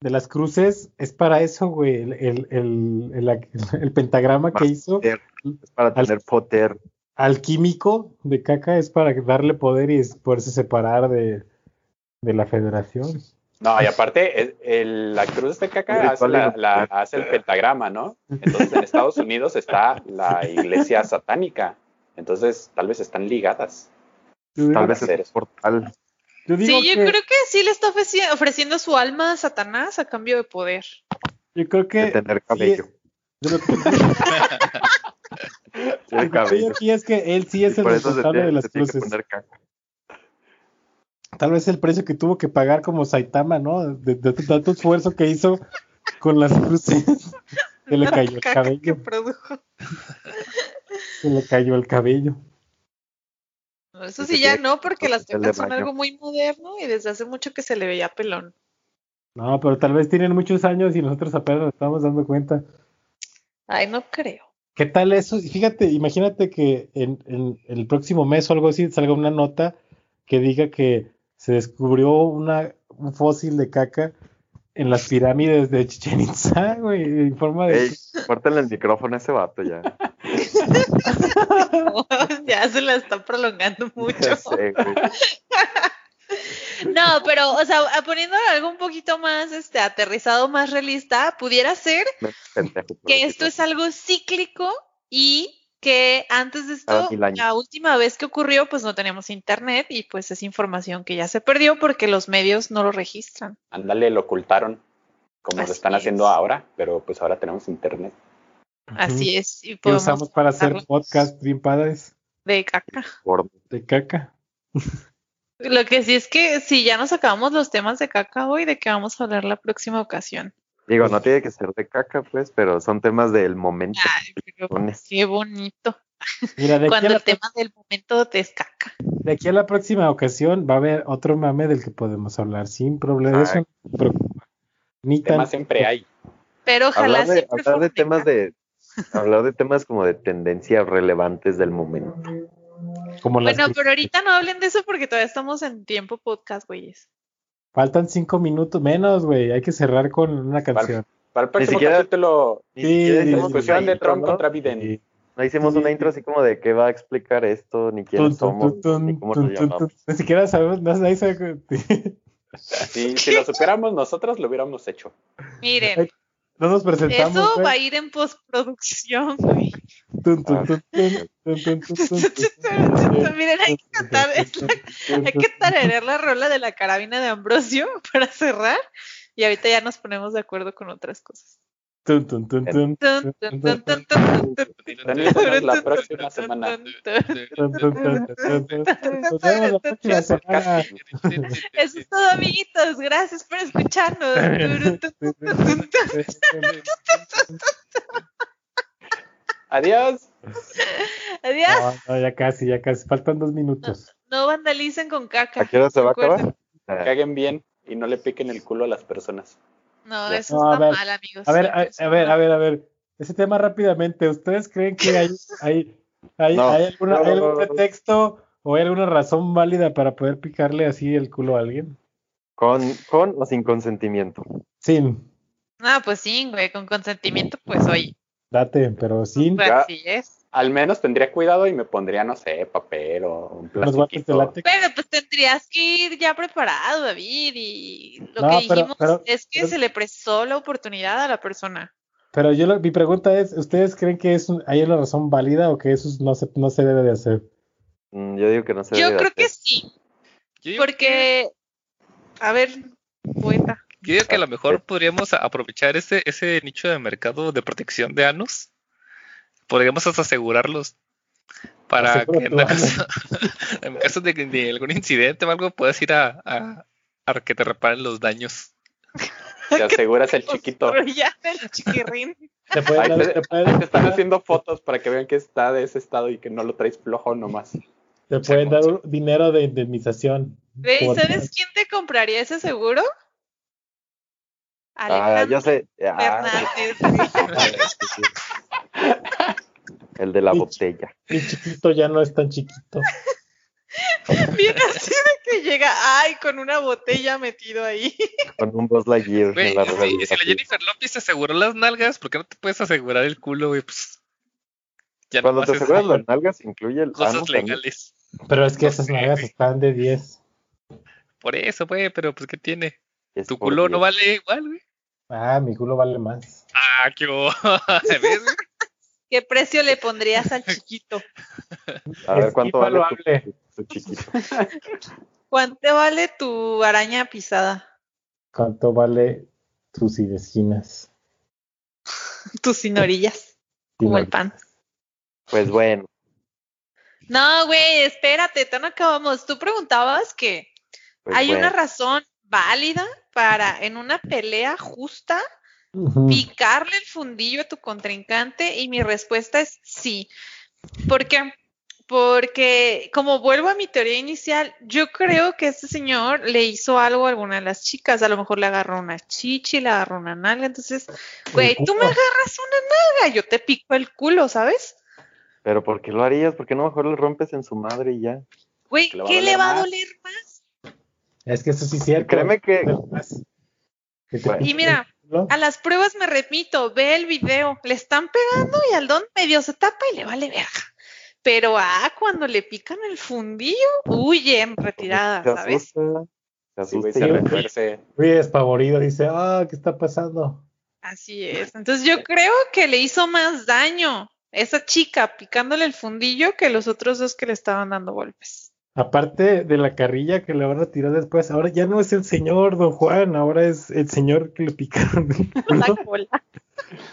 S3: de las cruces es para eso, güey. El, el, el- el- el pentagrama que hizo
S2: Es para
S3: Al-
S2: tener poder.
S3: al químico de caca es para darle poder y es poderse separar de, de la federación.
S4: No, y aparte, el- el- la cruz de
S2: Pues El
S4: caca hace,
S2: ritual
S4: la-
S2: de-
S4: la- hace el pentagrama, ¿no? Entonces en Estados Unidos está la iglesia satánica. Entonces tal vez están ligadas.
S3: Yo digo,
S2: Tal vez es
S4: Seres.
S2: un portal.
S3: yo digo
S1: sí, yo
S3: que,
S1: creo que sí le está ofreci- ofreciendo su alma a Satanás a cambio de poder.
S3: yo creo que
S2: de tener
S3: sí,
S2: cabello.
S3: yo lo que-
S2: Tiene
S3: lo que
S2: cabello.
S3: creo aquí es que él sí
S2: Y
S3: es el
S2: por eso se
S3: responsable
S2: tiene,
S3: de las
S2: se tiene que
S3: cruces.
S2: poner caca.
S3: Tal vez el precio que tuvo que pagar como Saitama, ¿no? De, de- de tanto esfuerzo que hizo con las cruces. Se le
S1: La
S3: cayó el
S1: caca que
S3: cabello.
S1: produjo.
S3: Se le cayó el cabello.
S1: No, Eso
S2: Y
S1: sí
S2: se
S1: ya
S2: tiene
S1: no, porque
S2: su
S1: las
S2: papel de
S1: tecas son
S2: baño.
S1: algo muy moderno y desde hace mucho que se le veía pelón.
S3: No, pero tal vez tienen muchos años y nosotros apenas nos estamos dando cuenta.
S1: Ay, no creo.
S3: ¿Qué tal eso? Y Fíjate, imagínate que en, en el próximo mes o algo así salga una nota que diga que se descubrió una, un fósil de caca en las pirámides de Chichen Itza, güey, en forma de...
S2: Ey, córtale el micrófono a ese vato ya.
S1: ya se la está prolongando mucho.
S2: Ya sé, güey.
S1: No, pero, o sea, a- poniendo algo un poquito más este, aterrizado, más realista, pudiera ser
S2: Me- pendejo, por
S1: que
S2: decirlo.
S1: esto es algo cíclico y que antes de
S2: Cada
S1: esto,
S2: mil años.
S1: la última vez que ocurrió, pues no teníamos internet y pues es información que ya se perdió porque los medios no lo registran.
S4: Ándale, lo ocultaron, como
S1: Así
S4: lo están haciendo
S1: es.
S4: ahora, pero pues ahora tenemos internet.
S1: Así es. Y
S3: que
S1: podemos
S3: usamos para hacer
S1: hablar
S3: podcast bien padres
S1: de caca.
S2: Gordo.
S3: de caca.
S1: Lo que sí es que si ya nos acabamos los temas de caca hoy, ¿de qué vamos a hablar la próxima ocasión? Ah,
S2: Digo, no tiene que ser de caca, pues, pero son temas del momento.
S1: Ay, pero
S2: Pones.
S1: qué bonito.
S3: Mira, de aquí, a
S1: Cuando
S3: la,
S1: el tema del momento te escaca.
S3: de aquí a la próxima ocasión va a haber otro mame del que podemos hablar sin problema. Eso no me preocupa. Ni tan.
S4: Temas siempre hay.
S1: Pero ojalá
S2: hablar de,
S1: siempre
S2: hablar de
S1: fornicar.
S2: temas de hablar de temas como de tendencias relevantes del momento.
S3: Como las
S1: Bueno,
S3: que-
S1: pero ahorita no hablen de eso porque todavía estamos en tiempo podcast, güeyes.
S3: Faltan cinco minutos menos, güey. Hay que cerrar con una canción.
S4: Para el próximo
S2: siquiera-
S4: capítulo,
S2: Ni
S3: Sí,
S2: siquiera
S3: sí,
S4: la
S2: hicimos pues,
S3: sí,
S2: una
S4: discusión de
S2: intro,
S4: Trump
S2: ¿no?
S4: contra Biden.
S3: Sí.
S2: No hicimos
S3: Sí.
S2: una intro así como de qué va a explicar esto, ni quiénes
S3: Tun, tun,
S2: somos,
S3: tun,
S2: ni cómo
S3: tun,
S2: nos
S3: tun,
S2: llamamos.
S3: tun. Ni siquiera sabemos, no, nadie sabe.
S4: Si, si lo supiéramos nosotros, lo hubiéramos hecho.
S1: Miren,
S3: No nos presentamos.
S1: eso
S3: güey.
S1: va a ir en postproducción, güey.
S3: Tun, tun,
S2: Ah.
S3: tun, tun, tun, tun, tun, tun, tun.
S1: Miren, hay que cantar, es la- hay que tararear la rola de la carabina de Ambrosio para cerrar. Y ahorita ya nos ponemos de acuerdo con otras cosas.
S3: Tun, tun, tun, tun,
S1: Tun, tun, tun, tun, tun, tun,
S4: Nos la próxima
S1: tun,
S4: semana.
S1: tun, tun.
S3: tun, tun, tun, tun, tun. Nos vemos la próxima semana.
S1: Eso es todo, amiguitos. Gracias por escucharnos. Tun, tun, tun, tun, tun, tun.
S4: Adiós.
S1: Adiós.
S3: No, no, ya casi, ya casi. Faltan dos minutos.
S1: No vandalicen con
S2: ¿A
S1: caca.
S2: qué hora se va a acabar?
S1: Recuerden.
S2: Ah,
S4: Caguen bien y no le piquen el culo a las personas.
S1: No,
S2: Ya.
S1: eso
S3: No, a
S1: está
S3: ver,
S1: mal, amigos.
S3: A ver, a,
S1: Eso
S3: a ver,
S1: está
S3: a ver, a ver. Ese tema rápidamente. ¿Ustedes creen que hay, hay, hay,
S2: No.
S3: hay alguna-
S2: No,
S3: hay algún
S2: no, no, no.
S3: pretexto o hay alguna razón válida para poder picarle así el culo a alguien?
S2: Con, con o sin consentimiento.
S3: Sin,
S1: Ah, pues sí, güey, con consentimiento, pues oye,
S3: date, pero sin
S1: pues,
S4: Ya.
S1: así es.
S4: Al menos tendría cuidado y me pondría, no sé, papel o un
S3: los guantes de
S4: plastiquito.
S3: látex.
S1: Pero pues tendrías que ir ya preparado, David, y lo
S3: No,
S1: que
S3: pero-
S1: dijimos
S3: pero-
S1: es que
S3: pero-
S1: se le prestó la oportunidad a la persona.
S3: Pero yo lo- mi pregunta es, ¿ustedes creen que es un- hay una razón válida o que eso no se, no se debe de hacer?
S2: Mm, Yo digo que no se
S1: Yo
S2: debe
S1: creo
S2: hacer.
S1: que sí,
S7: Yo digo que-
S1: porque, a ver, poeta,
S7: yo digo que a lo
S2: Ah,
S7: mejor
S2: sí.
S7: podríamos a- aprovechar ese, ese nicho de mercado de protección de anos. Podríamos hasta asegurarlos para
S3: Asegura
S7: que en
S3: tu
S7: la
S3: ano.
S7: caso, en caso de, que- de algún incidente o algo puedas ir a, a, a que te reparen los daños.
S4: Te aseguras el chiquito.
S1: pero ya el chiquirrín.
S3: Te pueden
S4: Ay,
S3: dar-
S2: pues,
S4: te-
S3: te pueden-
S4: Te están haciendo fotos para que vean que está de ese estado y que no lo traes flojo nomás.
S3: te pueden dar un dinero de indemnización.
S1: Güey,
S3: Por-
S1: ¿sabes quién te compraría ese seguro?
S2: Ah,
S1: Alejandro
S2: yo sé. Ah,
S1: Fernández. güey.
S2: el de la
S3: Sí.
S2: botella.
S3: Mi chiquito ya no es tan chiquito.
S1: Bien así de que llega, ay, con una botella metido ahí.
S2: Con un Buzz Lightyear
S7: Güey,
S2: Pues, en la
S7: si, si la
S2: rehabilitación.
S7: Jennifer López se aseguró las nalgas, ¿por qué no te puedes asegurar el culo, güey? Pues, ya
S2: Cuando
S7: nomás
S2: te
S7: es
S2: aseguras las nalgas, incluye el
S7: cosas
S2: ano también.
S7: legales.
S3: Pero es que
S7: No
S3: esas
S7: sé,
S3: nalgas
S7: güey.
S3: están de 10.
S7: Por eso, güey, pero pues ¿qué tiene?
S2: Es
S7: Tu
S2: por
S7: culo no
S2: diez.
S7: vale igual, güey.
S3: Ah, mi culo vale más.
S7: Ah, qué bo- ¿Ves,
S2: Pues
S7: güey?
S1: ¿Qué precio le pondrías al chiquito?
S2: A ver cuánto vale tu-
S3: invaluable.
S2: tu chiquito.
S1: ¿Cuánto vale tu araña pisada?
S3: ¿Cuánto vale tus y vecinas?
S1: Tus sin orillas, como el pan.
S2: Pues bueno,
S1: No, güey, espérate, te no acabamos. Tú preguntabas que
S2: pues
S1: hay
S2: bueno.
S1: una razón válida para en una pelea justa
S4: Mm.
S3: Ujú.
S1: picarle el fundillo a tu contrincante y mi respuesta es sí. ¿Por qué? Porque, como vuelvo a mi teoría inicial, yo creo que este señor le hizo algo a alguna de las chicas. A lo mejor le agarró una chichi, le agarró una nalga. Entonces, güey, tú me agarras una nalga, yo te pico el culo, ¿sabes?
S2: Pero ¿por qué lo harías? ¿Por qué no mejor le rompes en su madre y ya?
S1: Güey,
S4: Que le va a
S1: ¿qué le
S4: doler
S1: va a
S4: más.
S1: doler más?
S3: Es que eso sí es cierto.
S2: Créeme
S3: pues,
S2: que
S3: Que te
S2: Bueno.
S3: pique
S1: Y mira,
S3: el culo.
S1: A las pruebas me repito, ve el video, le están pegando y al don medio se tapa y le vale verga. Pero ah, cuando le pican el fundillo, huyen retirada,
S2: se
S1: ¿sabes?
S2: asusta, se
S4: Sí, güey,
S2: asusta
S4: se
S2: y-
S4: retuerce.
S3: Muy despavorido, dice, ah, ¿qué está pasando?
S1: Así es. Entonces yo creo que le hizo más daño esa chica picándole el fundillo que los otros dos que le estaban dando golpes.
S3: Aparte de la carrilla que le van a tirar después, ahora ya no es el señor Don Juan, ahora es el señor que le picaron. el
S1: La
S3: culo.
S1: cola.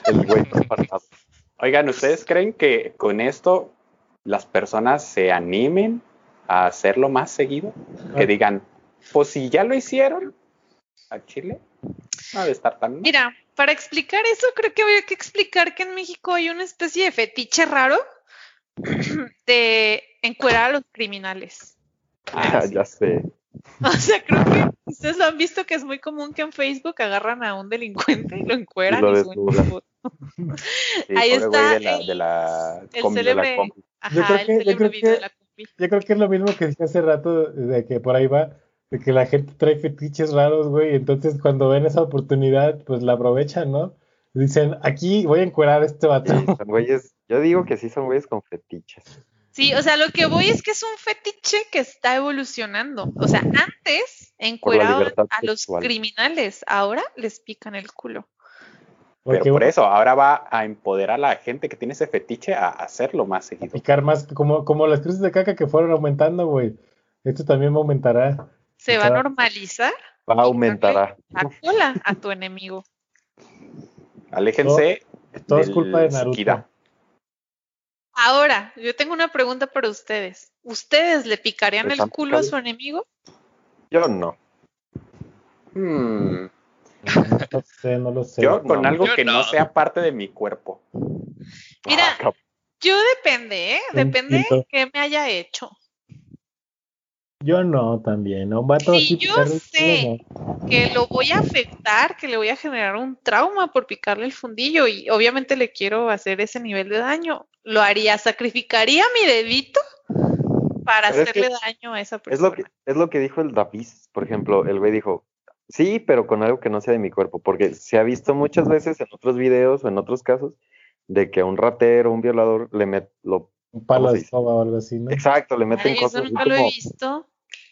S2: el güey está parado.
S4: Oigan, ¿ustedes creen que con esto las personas se animen a hacerlo más seguido? Que digan, pues si ya lo hicieron a Chile, no ha de estar tan mal.
S1: Mira, para explicar eso creo que habría que explicar que en México hay una especie de fetiche raro de encuerar a los criminales.
S4: Ah, sí.
S2: ya sé.
S1: O sea, creo que ustedes lo han visto que es muy común que en Facebook agarran a un delincuente y lo encueran
S2: Y lo
S1: y suben su
S2: desnudan.
S1: foto.
S4: Sí,
S1: Ahí
S4: pobre güey
S1: está
S4: de la,
S1: el-
S4: de la
S1: el
S4: combi, de la
S1: célebre-
S4: combi.
S3: Yo creo
S1: Ajá, el
S3: que- yo
S1: célebre
S3: creo
S1: video
S3: que-
S1: de la combi.
S3: Yo creo que es lo mismo que dije hace rato, de que por ahí va, de que la gente trae fetiches raros, güey, entonces cuando ven esa oportunidad, pues la aprovechan, ¿no? Dicen, aquí voy a encuerar a este vato.
S2: Sí, son güeyes, yo digo que sí son güeyes con fetiches.
S1: Sí, o sea, lo que voy es que es un fetiche que está evolucionando. O sea, antes encueraban
S2: libertad
S1: a los
S2: sexual.
S1: criminales, ahora les pican el culo.
S3: Porque
S4: Pero por
S3: voy
S4: eso, ahora va a empoderar a la gente que tiene ese fetiche a hacerlo
S3: a
S4: más seguido.
S3: picar más, como, como las cruces de caca que fueron aumentando, güey. Esto también va a aumentará.
S1: Se va a
S3: Claro.
S1: normalizar
S2: Va a aumentar.
S1: la cola a tu enemigo.
S4: Aléjense.
S3: Todo es
S4: del
S3: culpa de Naruto.
S4: Sekida.
S1: Ahora, yo tengo una pregunta para ustedes. ¿Ustedes le picarían
S2: ¿Les
S1: el
S2: han
S1: culo a
S2: picado?
S1: su enemigo?
S2: Yo no.
S4: Hmm,
S3: No lo sé, no lo sé.
S4: yo con
S2: no.
S4: algo
S7: Yo
S4: que no.
S7: no.
S4: sea parte de mi cuerpo.
S1: Mira,
S2: Ah, cabrón.
S1: yo depende, ¿eh?
S3: Un
S1: Depende
S3: poquito.
S1: que me haya hecho.
S3: Yo no, también. A Un vato
S1: Sí,
S3: así
S1: yo
S3: picarle el
S1: sé.
S3: culo, no.
S1: que lo voy a afectar, que le voy a generar un trauma por picarle el fundillo y obviamente le quiero hacer ese nivel de daño. Lo haría, sacrificaría mi dedito para
S2: Pero es
S1: hacerle
S2: que
S1: daño a esa
S2: Es
S1: persona.
S2: lo, que, es lo que dijo el Davis, por ejemplo, el güey dijo, sí, pero con algo que no sea de mi cuerpo, porque se ha visto muchas veces en otros videos o en otros casos de que a un ratero, un violador, le met, lo,
S3: Un palo
S2: ¿Cómo se
S3: de
S2: dice?
S3: escoba o algo así, ¿no?
S2: exacto, le meten
S1: Ay, eso
S2: cosas así
S1: nunca lo he
S2: como-
S1: visto.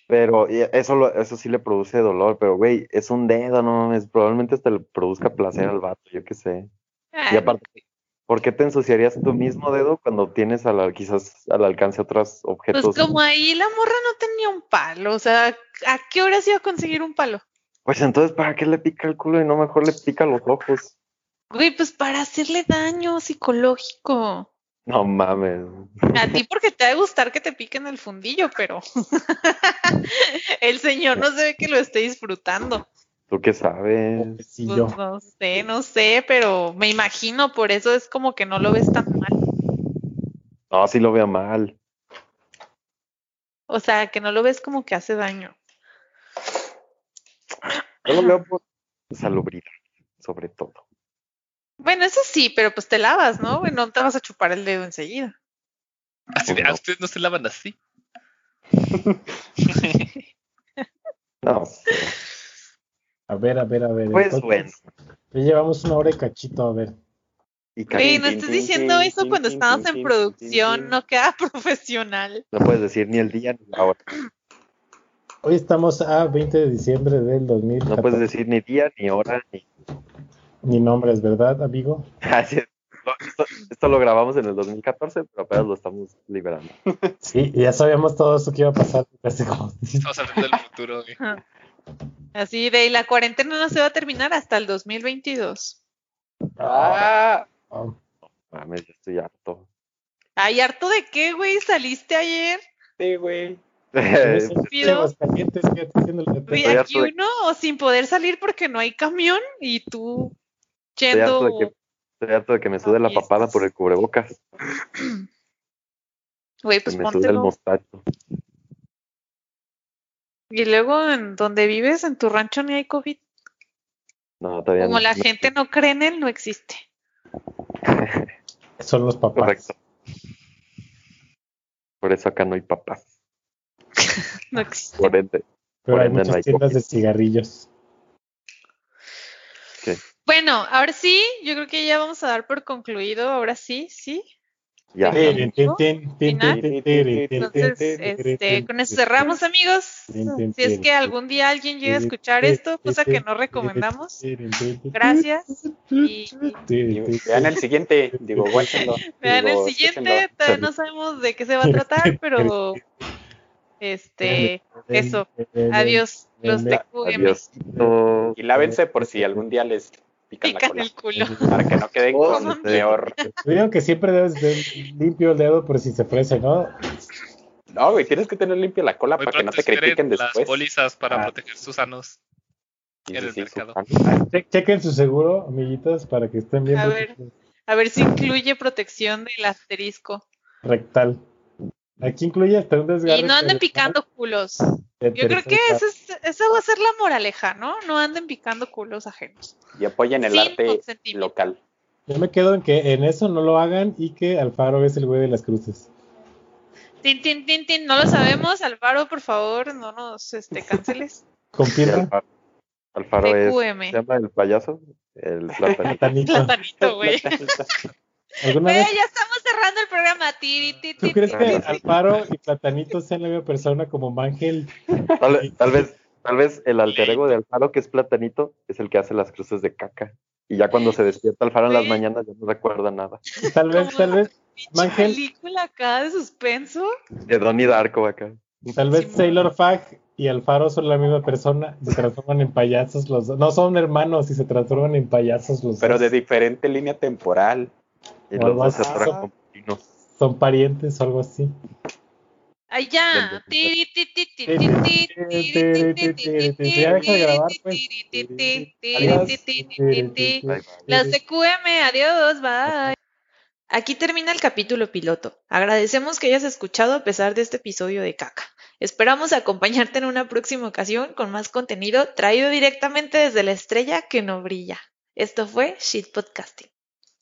S2: pero y eso, lo- eso sí le produce dolor, pero güey, es un dedo, no mames, probablemente hasta le produzca placer al vato, yo qué sé.
S1: Ay,
S2: Y aparte, ¿por qué te ensuciarías tu mismo dedo cuando tienes a la- quizás al alcance otros
S1: pues
S2: objetos?
S1: como ahí la morra no tenía un palo, o sea, ¿a qué hora se iba a conseguir un palo?
S2: Pues entonces, ¿para qué le pica el culo y no mejor le pica los ojos?
S1: Güey, pues para hacerle daño psicológico.
S2: No mames.
S1: A ti porque te ha de gustar que te piquen el fundillo, pero el señor no se ve que lo esté disfrutando.
S2: ¿Tú qué sabes?
S1: Pues,
S3: Pobrecillo.
S1: no sé, no sé, pero me imagino, por eso es como que no lo ves tan mal.
S2: No, sí lo veo mal.
S1: O sea, que no lo ves como que hace daño.
S2: Yo lo veo por salubridad, sobre todo.
S1: Bueno, eso sí, pero pues te lavas, ¿no? Bueno, no te vas a chupar el dedo enseguida.
S7: Así de,
S2: No.
S7: "Ah, ustedes no se lavan así.
S2: No.
S3: A ver, a ver, a ver.
S2: Pues
S3: entonces,
S2: bueno.
S3: Ya llevamos una hora y cachito, a ver.
S2: Y
S1: Güey,
S2: cariño,
S1: no estés diciendo eso cuando estamos en producción, no queda profesional.
S2: no puedes decir ni el día ni la hora.
S3: Hoy estamos a 20 de diciembre del 2014.
S2: No puedes decir ni día, ni hora, ni.
S3: Ni nombres, ¿verdad, amigo?
S2: Así es. Lo- Esto, esto lo grabamos en el 2014, pero apenas lo estamos liberando.
S3: Sí, ya sabíamos todo eso que iba a pasar. desde como-
S7: Estamos hablando del futuro. güey.
S1: Así de, y la cuarentena no se va a terminar hasta el 2022.
S4: Ah,
S3: Ah,
S2: Mames, yo estoy harto.
S1: Ay, harto de qué, güey, saliste ayer.
S4: sí, güey.
S3: esos
S2: Estoy
S1: Pido.
S3: Aguascalientes, ¿qué está haciendo la
S1: Güey,
S2: Estoy
S1: aquí
S2: harto de-
S1: uno sin poder salir porque no hay camión y tú
S2: harto
S1: yendo.
S2: de que, estoy harto de que me sude la papada por el cubrebocas.
S1: Güey,
S2: Y
S1: pues
S2: me sude el
S1: póntelo.
S2: mostacho.
S1: Y luego en donde vives, en tu rancho, ni hay COVID.
S2: No, todavía
S1: Como
S2: no.
S1: la
S2: No,
S1: gente no cree en él, no existe.
S3: Son los papás.
S2: Correcto. Por eso acá no hay papás.
S1: No existe.
S2: Por ende.
S3: Pero
S2: Por
S3: hay
S2: ende, no
S3: muchas
S2: hay
S3: tiendas
S2: COVID.
S3: de cigarrillos.
S1: Bueno, ahora sí, yo creo que ya vamos a dar por concluido. Ahahora sí, sí.
S2: Ya.
S3: Tin, tin, tin, tin,
S1: Final.
S3: tin, tin, tin, tin,
S1: Entonces,
S3: tin, tin,
S1: este,
S3: tin,
S1: con eso
S3: tin,
S1: cerramos, amigos.
S3: Bien, bien,
S1: Si es
S3: bien.
S1: que algún día alguien llega a escuchar esto, cosa que no recomendamos.
S3: tin, tin, tin, tin,
S1: Gracias. Y
S4: Y
S3: tin, tin,
S4: vean el siguiente. Digo, guáchenlo.
S1: vean el
S4: Digo,
S1: siguiente.
S4: escúchenlo.
S1: Todavía no sabemos de qué se va a tratar, pero este, eso.
S3: tin,
S1: Adiós. Los TQM.
S2: Adiós. No.
S4: Y lávense por si algún día les pican,
S1: Pican
S4: la
S1: el culo.
S4: cola. Para que no queden
S2: Oh,
S4: con peor.
S3: Digo que siempre debes de limpio el dedo por si se ofrece, ¿no?
S4: No, güey, tienes que tener limpia la cola
S7: Muy
S4: Ah, para que no
S7: pronto
S4: te critiquen
S7: esperen las
S4: después.
S7: pólizas para
S3: Ah.
S7: proteger sus sanos.
S4: Sí,
S7: en
S4: sí,
S7: el
S4: sí,
S7: mercado.
S4: Susana.
S3: Che- chequen su seguro, amiguitos, para que estén bien.
S1: A ver.
S3: protegidos.
S1: A ver si incluye protección del asterisco.
S3: rectal. Aquí incluye hasta un desgarre.
S1: Y no anden
S3: rectal,
S1: picando culos. Yo creo que
S3: tercer
S1: esa, es- esa va a ser la moraleja, ¿no? No anden picando culos ajenos.
S4: Y apoyen el
S1: Sin
S4: arte
S1: consentimiento.
S4: local.
S3: Yo me quedo en que en eso no lo hagan y que Alfaro es el güey de las cruces.
S1: Tin, tin, tin, tin. No lo sabemos. Alvaro, por favor, no nos este, canceles.
S3: Confirma,
S2: Alfaro, Alfaro es. ¿Se
S1: TQM.
S2: llama el payaso? El plátano.
S3: platanito.
S1: Platanito, güey.
S3: ¿Alguna
S1: Güey,
S3: vez
S1: ya estamos cerrando el programa. Tiri, ti,
S3: tú
S1: ti,
S3: crees
S1: ti,
S3: que
S1: ti.
S3: Alfaro y Platanito sean la misma persona como Mangel?
S2: Tal, tal vez, tal vez el alter ego de Alfaro, que es platanito, es el que hace las cruces de caca. Y ya cuando se despierta Alfaro en las
S1: Sí.
S2: mañanas ya no recuerda nada.
S3: Tal vez, tal vez,
S1: Pinche
S3: Mangel.
S1: película acá de suspenso?
S2: De Donnie Darko acá.
S3: tal vez
S1: Simón.
S3: Sailor Fag y Alfaro son la misma persona y se transforman en payasos los dos. No son hermanos y se transforman en payasos los
S4: Pero
S3: dos.
S4: de diferente línea temporal.
S2: Y
S3: Algo
S2: los dos se
S3: así.
S2: atoran como chinos.
S3: Son parientes o algo así.
S1: Allá. Tiri, ti, ti, ti, ti, ti, tiri, ti, ti, ti, ti, ti,
S3: Ya deja de grabar, pues.
S1: tiri, ti, ti, ti,
S3: Adiós.
S1: ti, ti, ti, ti. Las de QM, adiós, bye. Aquí termina el capítulo piloto. Agradecemos que hayas escuchado a pesar de este episodio de caca. Esperamos acompañarte en una próxima ocasión con más contenido traído directamente desde la estrella que no brilla. Esto fue Shit Podcasting.